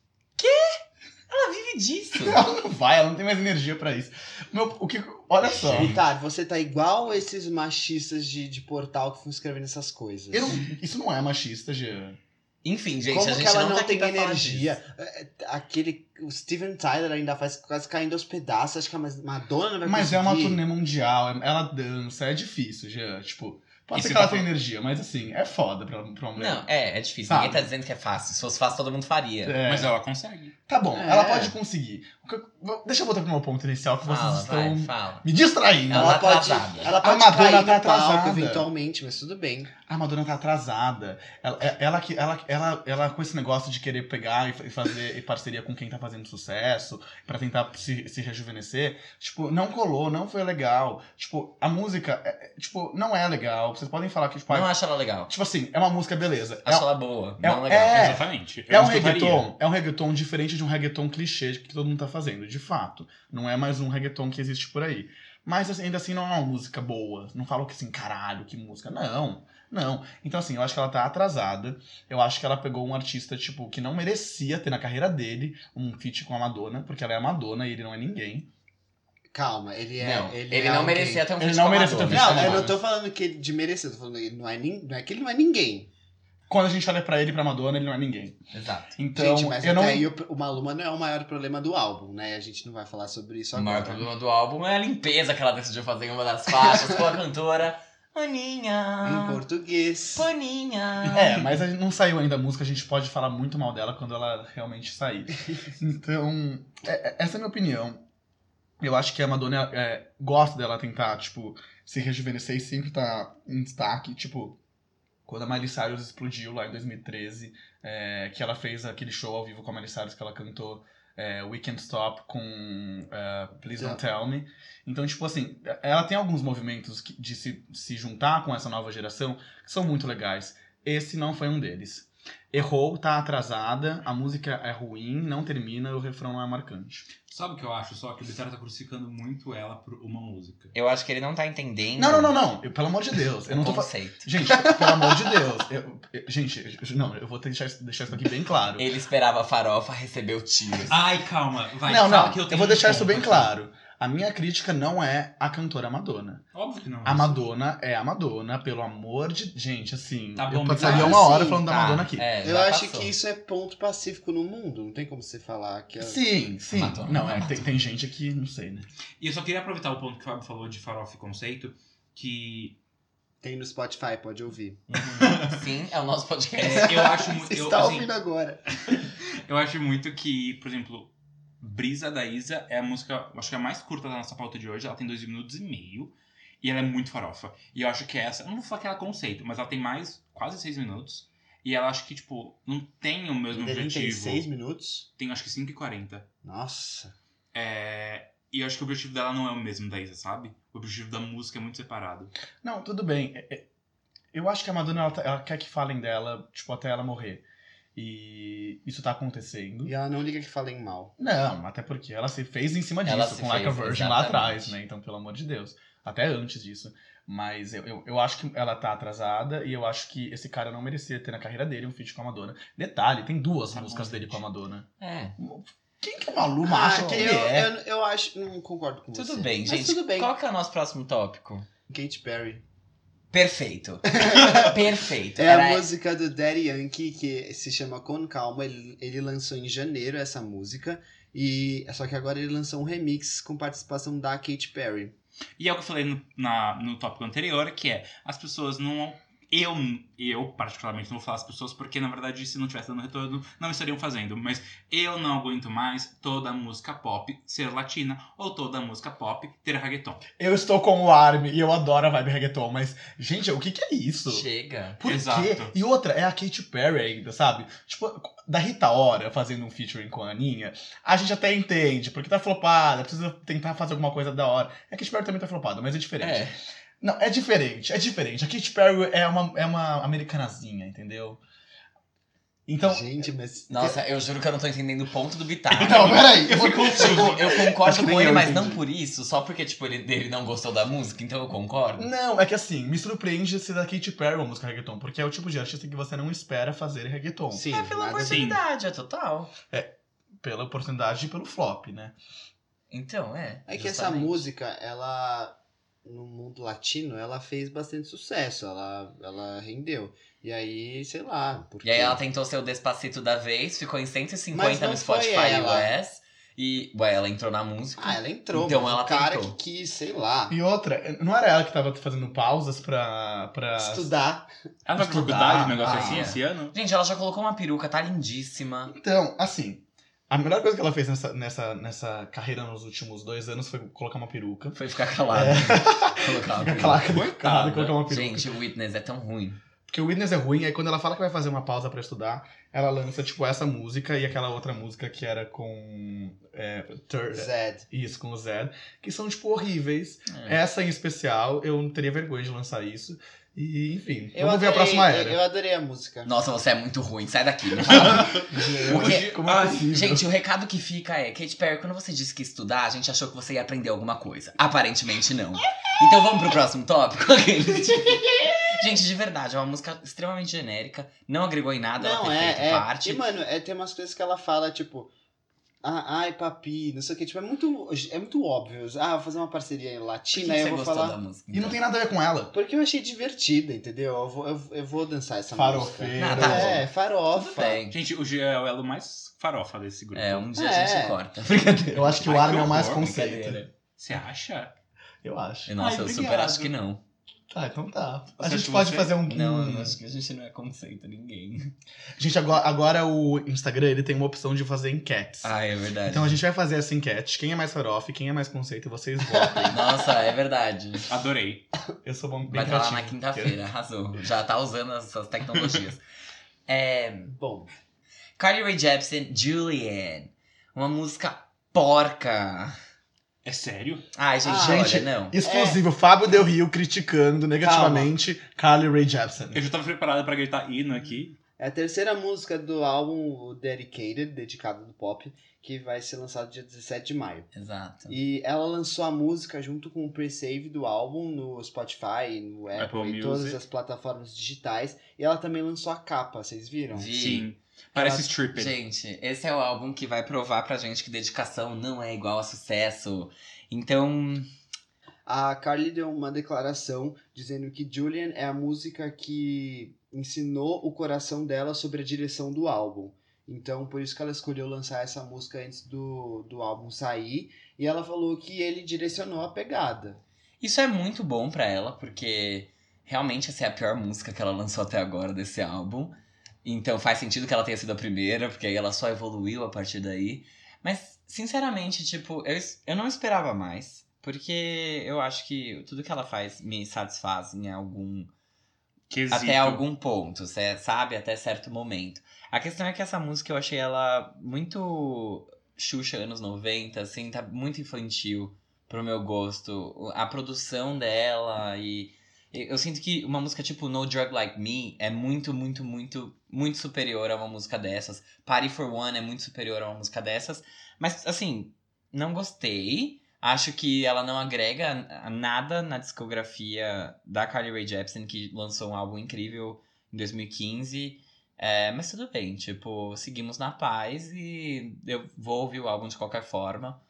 Ela vive disso.
Ela não vai, ela não tem mais energia pra isso. Meu, o que, olha só.
Vitar, você tá igual esses machistas de, de portal que ficam escrevendo essas coisas.
Eu não- isso não é machista, Jean.
Enfim, gente, a
Como
gente
que ela
não,
não,
tá aqui
tem
pra falar
energia?
disso.
É, é, Aquele. O Steven Tyler ainda faz quase caindo aos pedaços. Acho que a Madonna não vai
Mas é uma
conseguir.
turnê mundial, é- ela dança, é difícil, Jean. Tipo,
Pode
E
ser
se
que ela
tá
tenha
falando-
energia, mas assim, é foda pra, pra uma mulher.
Não, é, é difícil.
Sabe?
Ninguém tá dizendo que é fácil. Se fosse fácil, todo mundo faria.
É,
Mas ela consegue.
Tá bom,
É.
ela pode conseguir. O que eu- vou- Deixa eu voltar pro meu ponto inicial, que
Fala,
vocês estão
vai, fala.
me distraindo.
Ela
Ela
tá
pode,
atrasada.
ela
A
pode
Madonna
cair
tá
no palco
atrasada.
eventualmente, mas tudo bem.
A Madonna tá atrasada. Ela, é- ela, que- ela, ela, ela com esse negócio de querer pegar e fa- e fazer e parceria com quem tá fazendo sucesso, pra tentar se, se rejuvenescer, tipo, não colou, não foi legal. Tipo, a música, é- é, tipo, não é legal. Vocês podem falar que, tipo,
Não é.
ah,
acho ela legal.
tipo assim, é uma música, beleza. É,
Acho ela boa.
é-
não legal.
É.
Exatamente. Eu
é um
não escutaria.
reggaeton, é um reggaeton diferente de um reggaeton clichê que todo mundo tá fazendo, de fato. Não é mais um reggaeton que existe por aí. Mas assim, ainda assim não é uma música boa. Não falo que assim, caralho, que música. Não, não. Então assim, eu acho que ela tá atrasada. Eu acho que ela pegou um artista, tipo, que não merecia ter na carreira dele um feat com a Madonna, porque ela é a Madonna e ele não é ninguém.
Calma, ele é.
Não, ele,
ele é
não
alguém-
merecia ter um
Ele
feat
não
com a
merecia ter um
Madonna.
feat com a
Não, né? eu
Madonna.
não tô falando que ele de merecer, eu tô falando que ele não é, nin- não é que ele não é ninguém.
Quando a gente olha pra ele e pra Madonna, ele não é ninguém.
Exato.
Então,
gente, mas
eu
até
não.
aí o, o Maluma não é o maior problema do álbum, né? A gente não vai falar sobre isso
O maior
agora.
problema do álbum é a limpeza que ela decidiu fazer em uma das faixas com a cantora
Em
Ah.
Aninha.
português.
Paninha.
É, mas a gente não saiu ainda a música, a gente pode falar muito mal dela quando ela realmente sair. Então, é- é- essa é a minha opinião. Eu acho que a Madonna é, gosta dela tentar, tipo, se rejuvenescer e sempre tá em destaque. Tipo, quando a Miley Cyrus explodiu lá em 2013, é, que ela fez aquele show ao vivo com a Miley Cyrus que ela cantou é, We Can't Stop com é, Please Don't Tell Me. Então, tipo assim, ela tem alguns movimentos que- de se, se juntar com essa nova geração que são muito legais. Esse não foi um deles. Errou, tá atrasada, a música é ruim, não termina, o refrão não é marcante.
Sabe o que eu acho? Só que o Bitera tá crucificando muito ela por uma música.
Eu acho que ele não tá entendendo.
Não, não, não, não. Eu- pelo amor de Deus, eu não
o
tô falando.
conceito.
Gente, pelo amor de Deus. eu- eu- gente, eu- não, eu vou deixar, isso- deixar isso aqui bem claro.
Ele esperava a farofa, recebeu tiros.
Ah,
Ai, calma. Vai,
não,
fala
não,
que eu
eu,
tenho
vou deixar
um
isso
ponto
bem
aqui.
claro. A minha crítica não é a cantora Madonna.
Óbvio que não.
A Madonna é a Madonna, pelo amor de. Gente, assim.
Tá
eu
bom,
passaria
tá,
uma hora
sim,
falando da
tá.
Madonna aqui.
É,
Eu
já
acho
passou.
que isso é ponto pacífico no mundo. Não tem como você falar que.
Sim, sim.
Madonna,
não, é,
Madonna.
tem, tem gente que. Não sei, né?
E eu só queria aproveitar o ponto que o Fábio falou de farofa e conceito, que
Tem no Spotify, pode ouvir.
Sim, é o nosso podcast.
(laughs) é, eu acho muito.
Você
Eu,
está
assim,
ouvindo agora.
eu acho muito que, por exemplo, Brisa da Isa é a música, acho que é a mais curta da nossa pauta de hoje. Ela tem dois minutos e meio. E ela é muito farofa. E eu acho que essa. Eu não vou falar que ela é conceito, mas ela tem mais quase seis minutos. E ela acho que, tipo, não tem o
um
mesmo
Ele tem
objetivo.
seis minutos?
Tem acho que 5 e 40.
Nossa.
É, E eu acho que o objetivo dela não é o mesmo da Isa, sabe? O objetivo da música é muito separado.
Não, tudo bem. É- é- Eu acho que a Madonna ela, tá- ela quer que falem dela, tipo, até ela morrer. E isso tá acontecendo.
E ela não liga que falem mal.
Não, até porque ela se fez em cima
Ela
disso,
se
com Like a
fez,
Virgin lá
exatamente.
atrás, né? Então, pelo amor de Deus. Até antes disso. Mas eu, eu, eu acho que ela tá atrasada e eu acho que esse cara não merecia ter na carreira dele um feat com a Madonna. Detalhe, tem duas
Tá bom,
músicas dele
gente.
com a Madonna.
É.
Quem que o Maluma
Ah,
acha que ele
eu,
é?
Eu, eu acho. Não concordo com você.
Tudo bem,
Mas
gente.
Tudo bem.
Qual que é o nosso próximo tópico?
Katy Perry. (laughs)
Perfeito. Perfeito.
É
Era-
a música do Daddy Yankee que se chama Com Calma. Ele, ele lançou em janeiro essa música. E só que agora ele lançou um remix com participação da Katy Perry.
E é o que eu falei no, na- no tópico anterior, que é as pessoas não. Eu, eu, particularmente, não vou falar as pessoas, porque na verdade, se não tivesse dando retorno, não estariam fazendo. Mas eu não aguento mais toda música pop ser latina ou toda música pop ter reggaeton.
Eu estou com o Army e eu adoro a vibe reggaeton, mas, gente, o que que é isso?
Chega.
Por
Exato.
quê? E outra, é a Katy Perry ainda, sabe? Tipo, da Rita Ora fazendo um featuring com a Aninha, a gente até entende, porque tá flopada, precisa tentar fazer alguma coisa da hora. A Katy Perry também tá flopada, mas é diferente.
É.
Não, é diferente, é diferente. A Katy Perry é uma, é uma americanazinha, entendeu? Então.
Gente, mas.
Nossa, eu juro que eu não tô entendendo o ponto do
(laughs)
Bitar.
Não, peraí, eu
Eu fui
fico.
Tipo,
confuso.
eu
Acho
concordo
que
com
nem
ele,
eu
mas
entendi.
não por isso, só porque, tipo, ele, ele não gostou da música, então eu concordo.
Não, é que assim, me surpreende ser da Katy Perry uma música reggaeton, porque é o tipo de artista que você não espera fazer reggaeton.
Sim,
é pela
nada- assim.
oportunidade, é total.
Pela oportunidade e pelo flop, né?
Então, é.
É que essa
justamente.
música, ela. No mundo latino, ela fez bastante sucesso. Ela, ela rendeu. E aí, sei lá. Porque...
E aí ela tentou ser o Despacito da vez, ficou em 150
Mas não
no
foi
Spotify
ela.
US. E, ué, ela entrou na música.
Ah, ela entrou,
Então
mas
ela
o cara
tentou.
que quis, sei lá,
E outra, não era ela que tava fazendo pausas pra. pra...
estudar.
Ela vai pra
Estudar,
faculdade, um negócio
ah,
assim,
é.
esse ano?
Gente, ela já colocou uma peruca, tá lindíssima.
Então, assim. A melhor coisa que ela fez nessa, nessa, nessa carreira nos últimos dois anos foi colocar uma peruca.
Foi ficar calada.
É.
(laughs) Colocar uma
Fica
peruca.
calada,
Coitada.
calada e colocar uma peruca.
Gente, o Witness é tão ruim.
Porque o Witness é ruim, aí quando ela fala que vai fazer uma pausa pra estudar, ela lança, tipo, essa música e aquela outra música que era com. É, Tur-
Zed.
Isso, com o Zed, que são, tipo, horríveis.
É.
Essa em especial, eu não teria vergonha de lançar isso. E, enfim,
Eu
vamos ver a
adorei-
próxima
eu-
era. (laughs)
Eu adorei a música.
Nossa, você é muito ruim,
(laughs)
sai daqui. não fala. O quê?
Como é
Ai,
possível?
Gente, o recado que fica é, Kate Perry, quando você disse que ia estudar, a gente achou que você ia aprender alguma coisa. Aparentemente não. Então vamos pro próximo tópico. (laughs) Aqueles, tipo- gente, de verdade, é uma música extremamente genérica, não agregou em nada, ela
Não,
ter feito
é, é.
parte.
E, mano, é, tem umas coisas que ela fala, tipo. Ah, ai, papi, não sei o que. Tipo, é muito, é muito óbvio. Ah, vou fazer uma parceria em
Por que
latina,
que
aí
você
eu vou
gostou
falar.
da música? então?
E não tem nada a ver com ela.
Porque eu achei divertida, entendeu? Eu vou, eu, eu vou dançar essa
Farofeiro.
música.
Ah, tá
É,
Tudo
farofa.
bem.
Gente, o Jean é o elo mais farofa desse grupo.
É, um dia a
É.
gente corta. (laughs)
Eu acho que o
Ai,
Armin
que
é o mais
horror,
conceito.
Brincadeira.
Você acha?
Eu acho.
Nossa,
Ai,
eu super
obrigado.
acho que não.
Tá, então tá. A
Você
gente
acha
pode
você?
fazer um.
Não,
um-
eu acho que a gente não é conceito, ninguém.
Gente, agora, agora o Instagram ele tem uma opção de fazer enquetes.
Ah, é verdade.
Então a gente vai fazer essa enquete. Quem é mais farofa e quem é mais conceito, vocês
(laughs)
votam.
(laughs) Nossa, é verdade.
Adorei.
Eu sou bom bem
Vai estar lá
criativo. (laughs)
na quinta-feira, arrasou. Já tá usando essas tecnologias. É,
Bom,
Carly Rae Jepsen, Julianne. Uma música porca.
É sério?
Ai, gente,
Ah,
olha,
gente,
não.
Exclusivo, Fábio Del Rio criticando negativamente Carly Rae Jepsen.
Eu já tava preparada pra gritar hino aqui.
é a terceira música do álbum o Dedicated, dedicado do pop, que vai ser lançado dia 17 de maio.
Então.
Exato.
E ela lançou a música junto com o pre-save do álbum no Spotify, no Apple,
Apple
e todas
Music.
as plataformas digitais. E ela também lançou a capa, vocês viram?
Vi.
Sim. Parece
Ela-
stripper.
Gente, esse é o álbum que vai provar pra gente que dedicação não é igual a sucesso. Então,
A Carly deu uma declaração dizendo que Julian é a música que ensinou o coração dela sobre a direção do álbum. Então, por isso que ela escolheu lançar essa música antes do, do álbum sair. E ela falou que ele direcionou a pegada.
Isso é muito bom pra ela, porque realmente essa é a pior música que ela lançou até agora desse álbum. Então faz sentido que ela tenha sido a primeira, porque aí ela só evoluiu a partir daí. Mas, sinceramente, tipo, eu, es- eu não esperava mais. Porque eu acho que tudo que ela faz me satisfaz em algum.
Quesito.
Até algum ponto, cê sabe? Até certo momento. A questão é que essa música eu achei ela muito Xuxa anos 90, assim, tá muito infantil pro meu gosto. A produção dela e. e Eu sinto que uma música tipo No Drug Like Me é muito, muito, muito, muito superior a uma música dessas. Party for One é muito superior a uma música dessas. Mas, assim, não gostei. Acho que ela não agrega a- nada na discografia da Carly Rae Jepsen, que lançou um álbum incrível em 2015. É, mas tudo bem, tipo, seguimos na paz e eu vou ouvir o álbum de qualquer forma,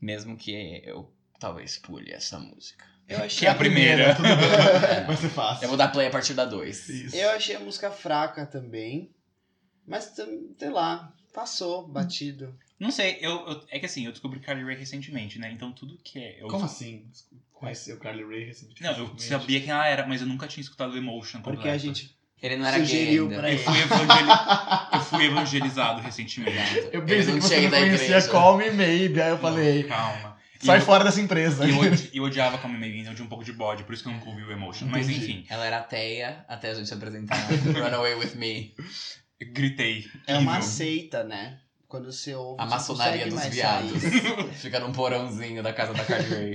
mesmo que eu talvez pule essa música.
Eu
Que é a primeira.
Tudo
(laughs)
bem. Vai ser fácil.
Eu vou dar play a partir da 2.
Isso.
Eu achei a música fraca também. Mas, tam- sei lá, passou, batido.
Não sei, eu, eu- é que assim, eu descobri Carly Rae recentemente, né? Então tudo que é. Eu,
Como assim? Conheceu Carly Rae recentemente?
Não, eu sabia quem ela era, mas eu nunca tinha escutado Emotion
Porque
completa.
a gente.
Ele não era
Sugeriu
gay ainda.
pra
Eu
ele.
fui, evangeli- eu fui
(laughs)
evangelizado recentemente.
Eu
Ele
pensei
não
que você
chega
não
da
conhecia
igreja.
Call Me Maybe, aí eu falei,
Não, calma. E
sai
eu-
fora dessa empresa. (laughs)
E eu, odi- eu odiava Come Maybe, eu tinha um pouco de bode, por isso que eu nunca ouvi o Emotion. Mas
Entendi.
enfim,
Ela era ateia até a gente apresentar Runaway With Me.
eu gritei.
É uma
Horrível.
seita, né? Quando você ouve.
A
você não consegue
maçonaria dos
mais
viados.
sair.
(laughs) Fica num porãozinho da casa da Carly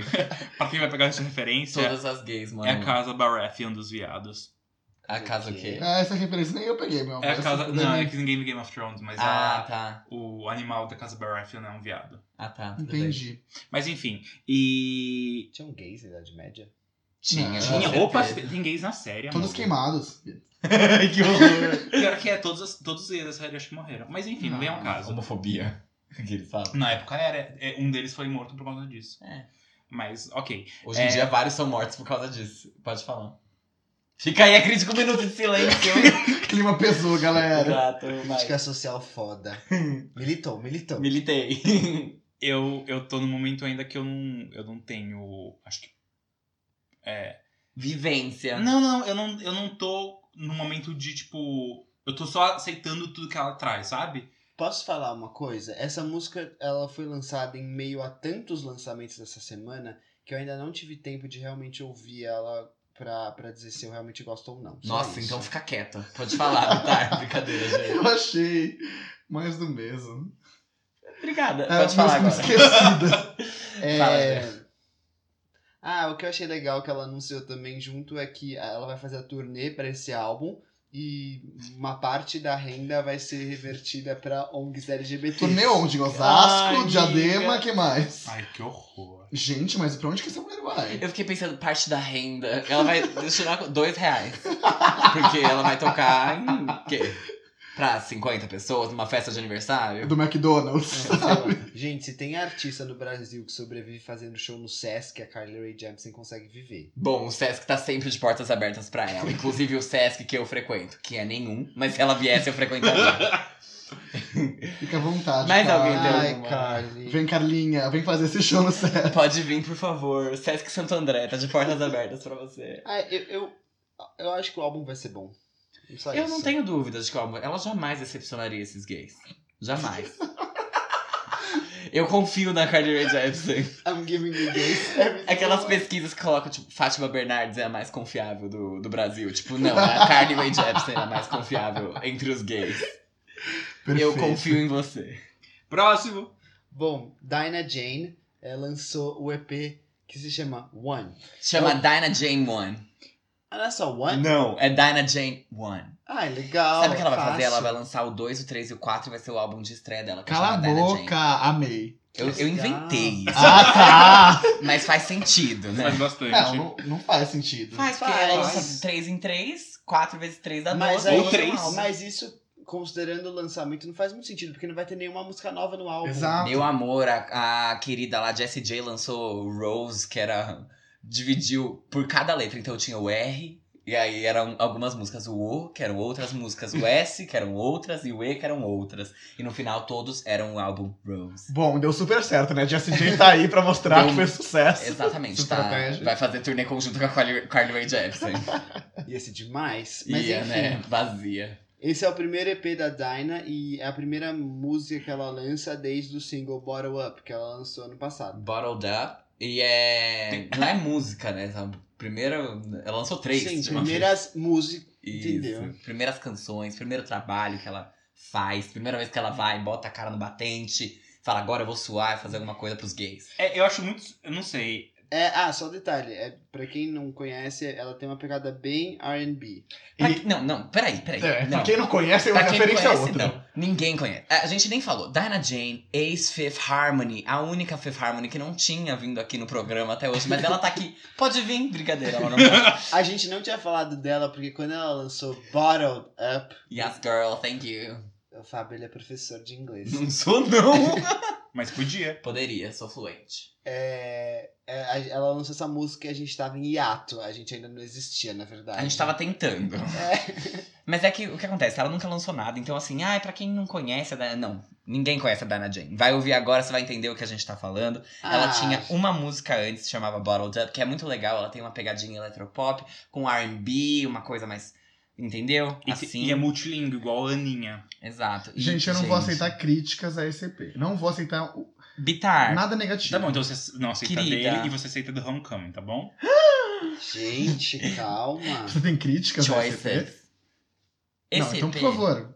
(laughs)
Rae.
Pra quem vai pegar essa referência,
Todas as gays, mano.
é a casa Baratheon dos viados.
A casa o quê?
Ah, essa referência nem eu peguei, meu amor.
É a casa.
Essa-
Não, é que ninguém viu Game of Thrones, mas é
Ah,
a-
tá.
o animal da casa Baratheon é um viado.
Ah, tá. tudo bem.
Entendi.
Mas enfim, e.
Tinha um gays na Idade Média?
Tinha,
Não.
com
Tinha
certeza.
roupa, tem gays na série.
Todos
(laughs)
amor.
queimados. que
(laughs)
horror.
Pior que é, todos, as- todos os gays da série acho que morreram. Mas enfim, não vem
Ah,
ao é um caso.
Homofobia. (laughs) Que ele fala.
Na época era. é, Um deles foi morto por causa disso.
É.
Mas, ok.
Hoje em
É.
dia vários são mortos por causa disso. Pode falar. Fica aí a crítica um minuto de silêncio.
Clima pesou, galera.
é
Exato, vai.
assim. Crítica social foda. Militou, militou.
Militei. (laughs)
eu, eu tô num momento ainda que eu não, eu não tenho. Acho que. É.
Vivência.
Não, não, eu não, eu não tô num momento de, tipo. Eu tô só aceitando tudo que ela traz, sabe?
Posso falar uma coisa? Essa música ela foi lançada em meio a tantos lançamentos dessa semana que eu ainda não tive tempo de realmente ouvir ela pra, pra dizer se eu realmente gosto ou não. Só
Nossa,
isso.
então fica quieta. Pode falar, tá? Brincadeira, gente.
Eu achei mais do mesmo.
Obrigada.
É,
Pode falar
música
agora. (laughs)
esquecida.
É...
Fala, Zé.
Ah, o que eu achei legal que ela anunciou também junto é que ela vai fazer a turnê para esse álbum e uma parte da renda vai ser revertida para ONGs LGBT.
Turnê onde? Em Osasco,
Ai,
Diadema,
amiga.
que mais?
Ai, que horror.
Gente, mas pra onde que essa mulher vai?
Eu fiquei pensando, parte da renda. Ela vai destinar dois reais. Porque ela vai tocar em quê? Pra 50 pessoas, numa festa de aniversário?
Do McDonald's.
Gente, se tem artista no Brasil que sobrevive fazendo show no Sesc, a Carly Rae Jepsen consegue viver.
Bom, o Sesc tá sempre de portas abertas pra ela. Inclusive o Sesc que eu frequento, que é nenhum, mas se ela viesse eu frequentaria.
Fica à vontade.
É. Mais
cara.
alguém tem
Ai,
alguma?
Carly.
Vem, Carlinha, vem fazer esse show no céu.
Pode vir, por favor. Sesc Santo André tá de portas abertas pra você.
Ah, eu, eu, eu acho que o álbum vai ser bom. Só
Eu
isso.
não tenho dúvidas de como ela jamais decepcionaria esses gays. Jamais. Eu confio na Carly Rae Jepsen.
I'm giving you this. É everything
Aquelas
I want.
pesquisas que colocam, tipo, Fátima Bernardes é a mais confiável do, do Brasil. Tipo, não, (laughs) a Carly Rae Jepsen é a mais confiável entre os gays. Eu confio em você.
Próximo!
Bom, Dinah Jane eh, lançou o EP que se chama One.
Chama Dinah Jane One.
Ah, não é só One?
Não, é Dinah Jane One.
Ah, legal.
Sabe o que ela vai
fácil.
fazer? Ela vai lançar o 2, o 3 e o 4 vai ser o álbum de estreia dela. que
Cala a
chama Dinah Jane.
boca, amei.
Eu, eu inventei isso,
Ah,
(laughs)
tá!
mas faz sentido, né?
Faz bastante.
Não, não, não faz sentido.
Faz, porque
Faz.
ela lança 3 em 3, 4 vezes 3 dá 12.
Mas,
é
aí,
um álbum.
mas isso, considerando o lançamento, não faz muito sentido, porque não vai ter nenhuma música nova no álbum.
Exato.
Meu amor, a, a querida lá, Jessie J, lançou Rose, que era. dividiu por cada letra. Então tinha o R, e aí eram algumas músicas, o O, que eram outras músicas, o S, que eram outras, e o E, que eram outras. E no final todos eram o álbum Rose.
Bom, deu super certo, né? Jesse J tá aí pra mostrar
Bom,
que fez sucesso.
um Exatamente, tá?
Estratégia.
Vai fazer turnê conjunto com a Carly Carly Rae Jepsen.
Ia ser demais. (laughs) Mas
Ia,
enfim,
né? Vazia.
esse é o primeiro EP da Dinah e é a primeira música que ela lança desde o single Bottle Up, que ela lançou ano passado.
Bottled Up. E é. Não é música, né? Essa Primeira. Ela lançou três. né?
Sim,
de uma vez.
primeiras músicas.
Isso.
Entendeu?
Primeiras canções, primeiro trabalho que ela faz, primeira vez que ela vai, bota a cara no batente, fala agora eu vou suar, fazer alguma coisa pros gays.
É, eu acho muito. Eu não sei.
É, ah, só um detalhe, é, pra quem não conhece, ela tem uma pegada bem RB.
Pra
E-
que- Não, não, peraí, peraí.
É,
não.
pra quem não conhece, é uma
Pra quem
referência a
conhece,
outra.
não. Ninguém conhece. A gente nem falou. Dinah Jane, ex-Fifth Harmony, a única Fifth Harmony que não tinha vindo aqui no programa até hoje, mas ela tá aqui. (laughs) Pode vir, brincadeira, ela não pode.
A gente não tinha falado dela porque quando ela lançou Bottled Up,
Yes, girl, thank you.
o Fábio ele é professor de
(laughs)
inglês.
Não sou, não.
Mas podia.
(laughs) Poderia, sou fluente.
É, é, a- ela lançou essa música e a gente tava em hiato, a gente ainda não existia, na verdade.
A gente tava tentando. Mas é que o que acontece? Ela nunca lançou nada, então assim, ai, pra quem não conhece a Dana. Não, ninguém conhece a Dana Jane. Vai ouvir agora, você vai entender o que a gente tá falando. Ela
Ah,
tinha uma música antes, chamava Bottled Up, que é muito legal. Ela tem uma pegadinha eletropop, com RB, uma coisa mais. Entendeu?
E, te-
assim.
e é multilingue, igual a Aninha.
Exato. E,
Gente, eu não vou aceitar críticas a esse EP. Não vou aceitar o-
Bitar.
nada negativo.
Tá bom, então você não aceita
Querida.
dele e você aceita do Homecoming, tá bom?
Gente, calma.
Você tem críticas a esse EP?
Choices. Esse
não, então, por
EP,
favor.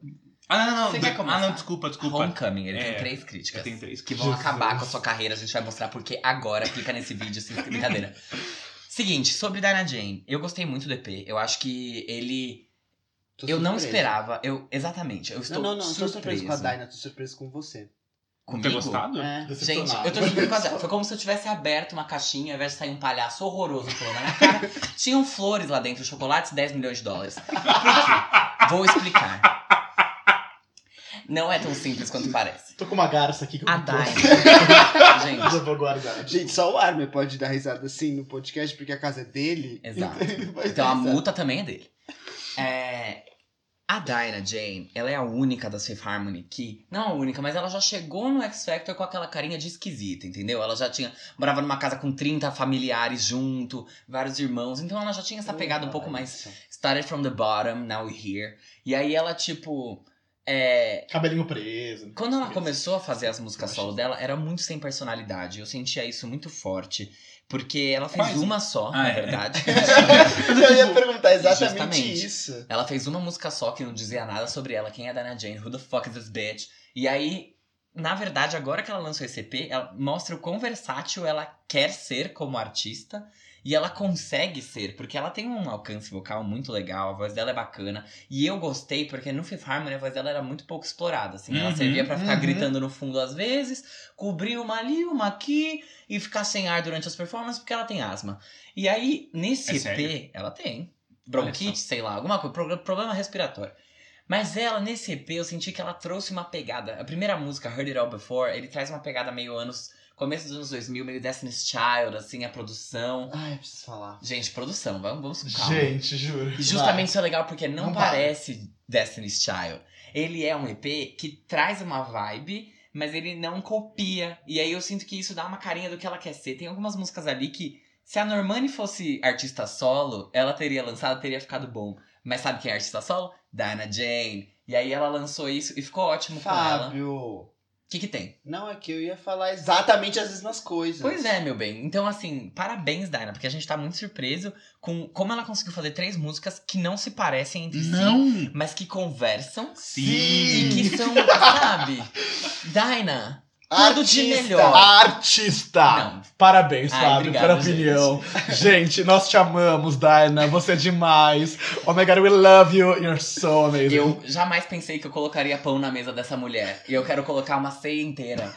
Ah, não, não, não.
Você
do-
quer começar?
Ah, não, desculpa, desculpa.
Homecoming, ele tem
É,
três críticas.
Eu tenho três.
que vão acabar com a sua carreira. A gente vai mostrar porque agora clica nesse vídeo, se
(laughs)
brincadeira. Seguinte, sobre Dinah Jane, eu gostei muito do EP. Eu acho que ele.
Tô
eu não
surpreso.
esperava. Eu, exatamente, eu estou
Não, não, não, tô
surpreso.
surpreso com a Dyna, tô surpreso com você.
Comigo?
Ter gostado?
É.
Gente, eu tô surpreso com a Dyna. Foi como se eu tivesse aberto uma caixinha, ao invés de sair um palhaço horroroso pulando na minha
(laughs)
cara. Tinham flores lá dentro, chocolates, 10 milhões de dólares. Por quê? Vou explicar. Não é tão simples quanto parece.
Tô com uma garça aqui que
A
(laughs)
trouxe.
Dyna. Gente,
Eu vou guardar.
Gente, só o Armin pode dar risada assim no podcast, porque a casa é dele.
Exato.
Então, (laughs) ele vai
Então
dar
a
risada.
multa também é dele. É, A Dinah Jane, ela é a única da Fifth Harmony que, não a única, mas ela já chegou no X Factor com aquela carinha de esquisita, entendeu? Ela já tinha, morava numa casa com 30 familiares junto, vários irmãos, então ela já tinha essa pegada um pouco mais started from the bottom, now we're here. E aí ela tipo, é,
Cabelinho preso.
quando ela começou a fazer as músicas solo dela, era muito sem personalidade. Eu sentia isso muito forte. Porque ela fez
Quase.
uma só,
Ah,
na
é.
verdade.
Eu ia perguntar exatamente
Justamente.
É.
isso.
Ela fez uma música só que não dizia nada sobre ela, quem é a Dana Jane, who the fuck is this bitch. E aí, na verdade, agora que ela lançou esse EP, ela mostra o quão versátil ela quer ser como artista. E ela consegue ser, porque ela tem um alcance vocal muito legal, a voz dela é bacana. E eu gostei, porque no Fifth Harmony a voz dela era muito pouco explorada, assim. ela
Uhum,
servia pra ficar
uhum.
gritando no fundo às vezes, cobrir uma ali, uma aqui, e ficar sem ar durante as performances, porque ela tem asma. E aí, nesse
É
EP,
sério?
ela tem bronquite, sei lá, alguma coisa, pro- problema respiratório. Mas ela, nesse EP, eu senti que ela trouxe uma pegada. A primeira música, Heard It All Before, ele traz uma pegada meio anos. Começo dos anos 2000, meio Destiny's Child, assim, a produção.
Ai, eu preciso falar.
Gente, produção, vamos, vamos com calma.
Gente, juro.
E justamente isso é legal porque não,
Não
parece Destiny's Child. Ele é um EP que traz uma vibe, mas ele não copia. E aí eu sinto que isso dá uma carinha do que ela quer ser. Tem algumas músicas ali que, se a Normani fosse artista solo, ela teria lançado, teria ficado bom. Mas sabe quem é artista solo? Dinah Jane. E aí ela lançou isso e ficou ótimo com ela.
Fábio,
O que, que tem?
não é que eu ia falar exatamente as mesmas coisas.
Pois é, meu bem. Então, assim, parabéns, Dinah, porque a gente tá muito surpreso com como ela conseguiu fazer três músicas que não se parecem entre si.
Não!
mas que conversam
Sim!
e
Hum.
que são, sabe? Dyna, Tudo de melhor.
Artista!
Não.
Parabéns,
Ai,
Fábio,
obrigado,
pela
gente.
opinião. Gente, nós te amamos, Dinah. Você é demais. Oh my god, we love you. You're so amazing.
eu jamais pensei que eu colocaria pão na mesa dessa mulher. E eu quero colocar uma ceia inteira.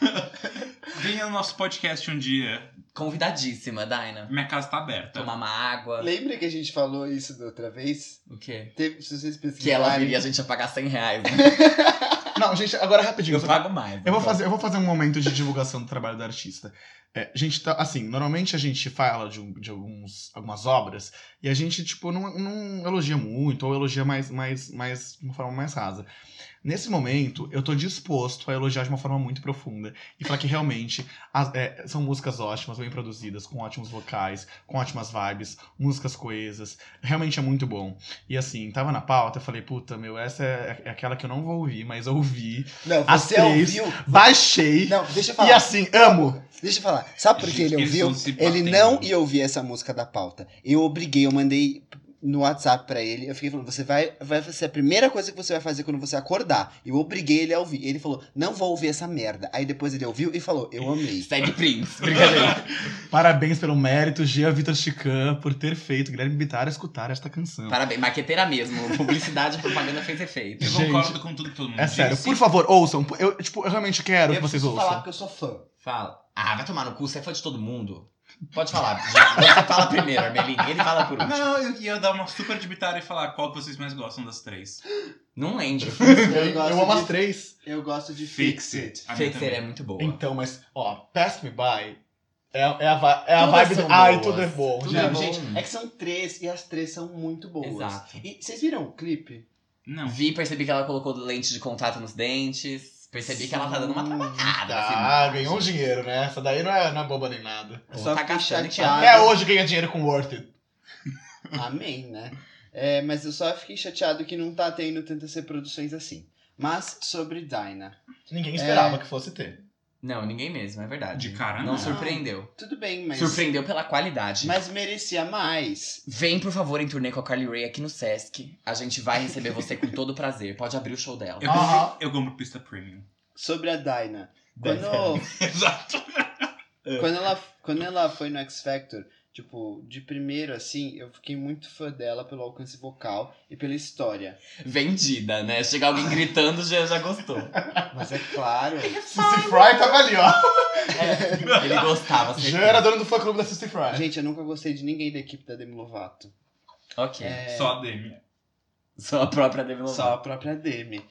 Venha no nosso podcast um dia.
Convidadíssima, Dyna.
Minha casa tá aberta.
Tomar uma água.
Lembra que a gente falou isso da outra vez?
O quê?
Teve, se vocês
Que ela
pesquisarem...
viria a gente ia pagar 100 reais. né?
Não, gente, agora rapidinho.
Eu
só-
pago mais.
Eu vou,
Tá.
então.
fazer, eu vou fazer um momento de divulgação do trabalho do artista. É, a gente tá, assim, normalmente a gente fala de, um- de alguns, algumas obras e a gente, tipo, não, não elogia muito, ou elogia mais, mais, mais, de uma forma mais rasa. Nesse momento, eu tô disposto a elogiar de uma forma muito profunda e falar que realmente as- é, são músicas ótimas, bem produzidas, com ótimos vocais, com ótimas vibes, músicas coesas. Realmente é muito bom. E assim, tava na pauta, eu falei, puta, meu, essa é, é aquela que eu não vou ouvir, mas eu ouvi,
Não,
As
você
três.
ouviu...
baixei.
Não, deixa eu
E
falar.
assim, amo.
Deixa eu falar. Sabe por que
Gente,
ele
eles
ouviu?
estão se
Ele
batendo.
não ia ouvir essa música da pauta. Eu obriguei, eu mandei no WhatsApp pra ele. Eu fiquei falando, você vai, vai ser a primeira coisa que você vai fazer quando você acordar. Eu obriguei ele a ouvir. Ele falou, não vou ouvir essa merda. Aí depois ele ouviu e falou, eu amei.
Segue Prince, brincadeira.
(laughs) Parabéns pelo mérito, Gia Vitor Chican, por ter feito Guilherme Bittar escutar esta canção.
Parabéns, maqueteira mesmo. Publicidade e propaganda fez efeito.
Eu
Gente,
concordo com tudo que todo mundo
É sério,
disse.
por favor, ouçam. Eu, tipo, eu realmente quero
Eu
que vocês
preciso falar
ouçam.
porque eu sou fã.
Fala. Ah, vai tomar no cu, você é fã de todo mundo. Pode falar. Você fala primeiro, Armelin. Ele fala por último.
Não, eu ia dar uma super de bitária e falar qual que vocês mais gostam das três.
Não lembro.
Eu gosto
amo
de-
as três.
Eu gosto de
Fix It. A minha
Fixer é
também.
muito boa.
Então, mas, ó, Pass Me By é, é a, va- é a
Todas
vibe do.
são
Ai,
boas.
tudo é bom.
Tudo
Não,
gente.
bom.
gente, é que são três e as três são muito boas.
Exato.
E vocês viram o clipe?
Não.
Vi, percebi que ela colocou lente de contato nos dentes. Percebi que ela tá dando uma trabalhada.
Ah,
assim,
ganhou um dinheiro, né? Essa daí não é, não é boba nem nada.
Eu só
tá
fiquei
gastando que
chateado. É
Ah,
Até hoje ganha dinheiro com Worth It.
(laughs) Amém, né? É, mas eu só fiquei chateado que não tá tendo tantas reproduções assim. Mas sobre Dinah.
Ninguém esperava que fosse ter.
Não, ninguém mesmo, é verdade.
De cara,
Não,
não.
surpreendeu.
Tudo bem, mas.
Surpreendeu pela qualidade.
Mas merecia mais.
Vem, por favor, em turnê com a Carly Rae aqui no Sesc. A gente vai receber você com todo prazer. Pode abrir o show dela.
Eu,
Aham.
compro, eu compro pista premium. (laughs)
Sobre a Dinah.
Deve
Quando,
Exato.
(laughs) quando, ela, quando ela foi no X Factor, tipo, de primeiro assim, eu fiquei muito fã dela pelo alcance vocal e pela história.
Vendida, né? Chega alguém gritando, já, já gostou.
Mas é (laughs) claro.
Sissy Fry tava ali, ó.
Ele gostava.
É. Já
certeza.
era dona do fã-clube da Sissy Fry.
Gente, eu nunca gostei de ninguém da equipe da Demi Lovato.
Ok.
É,
Só a Demi.
Só a própria Demi Lovato.
Só a própria Demi.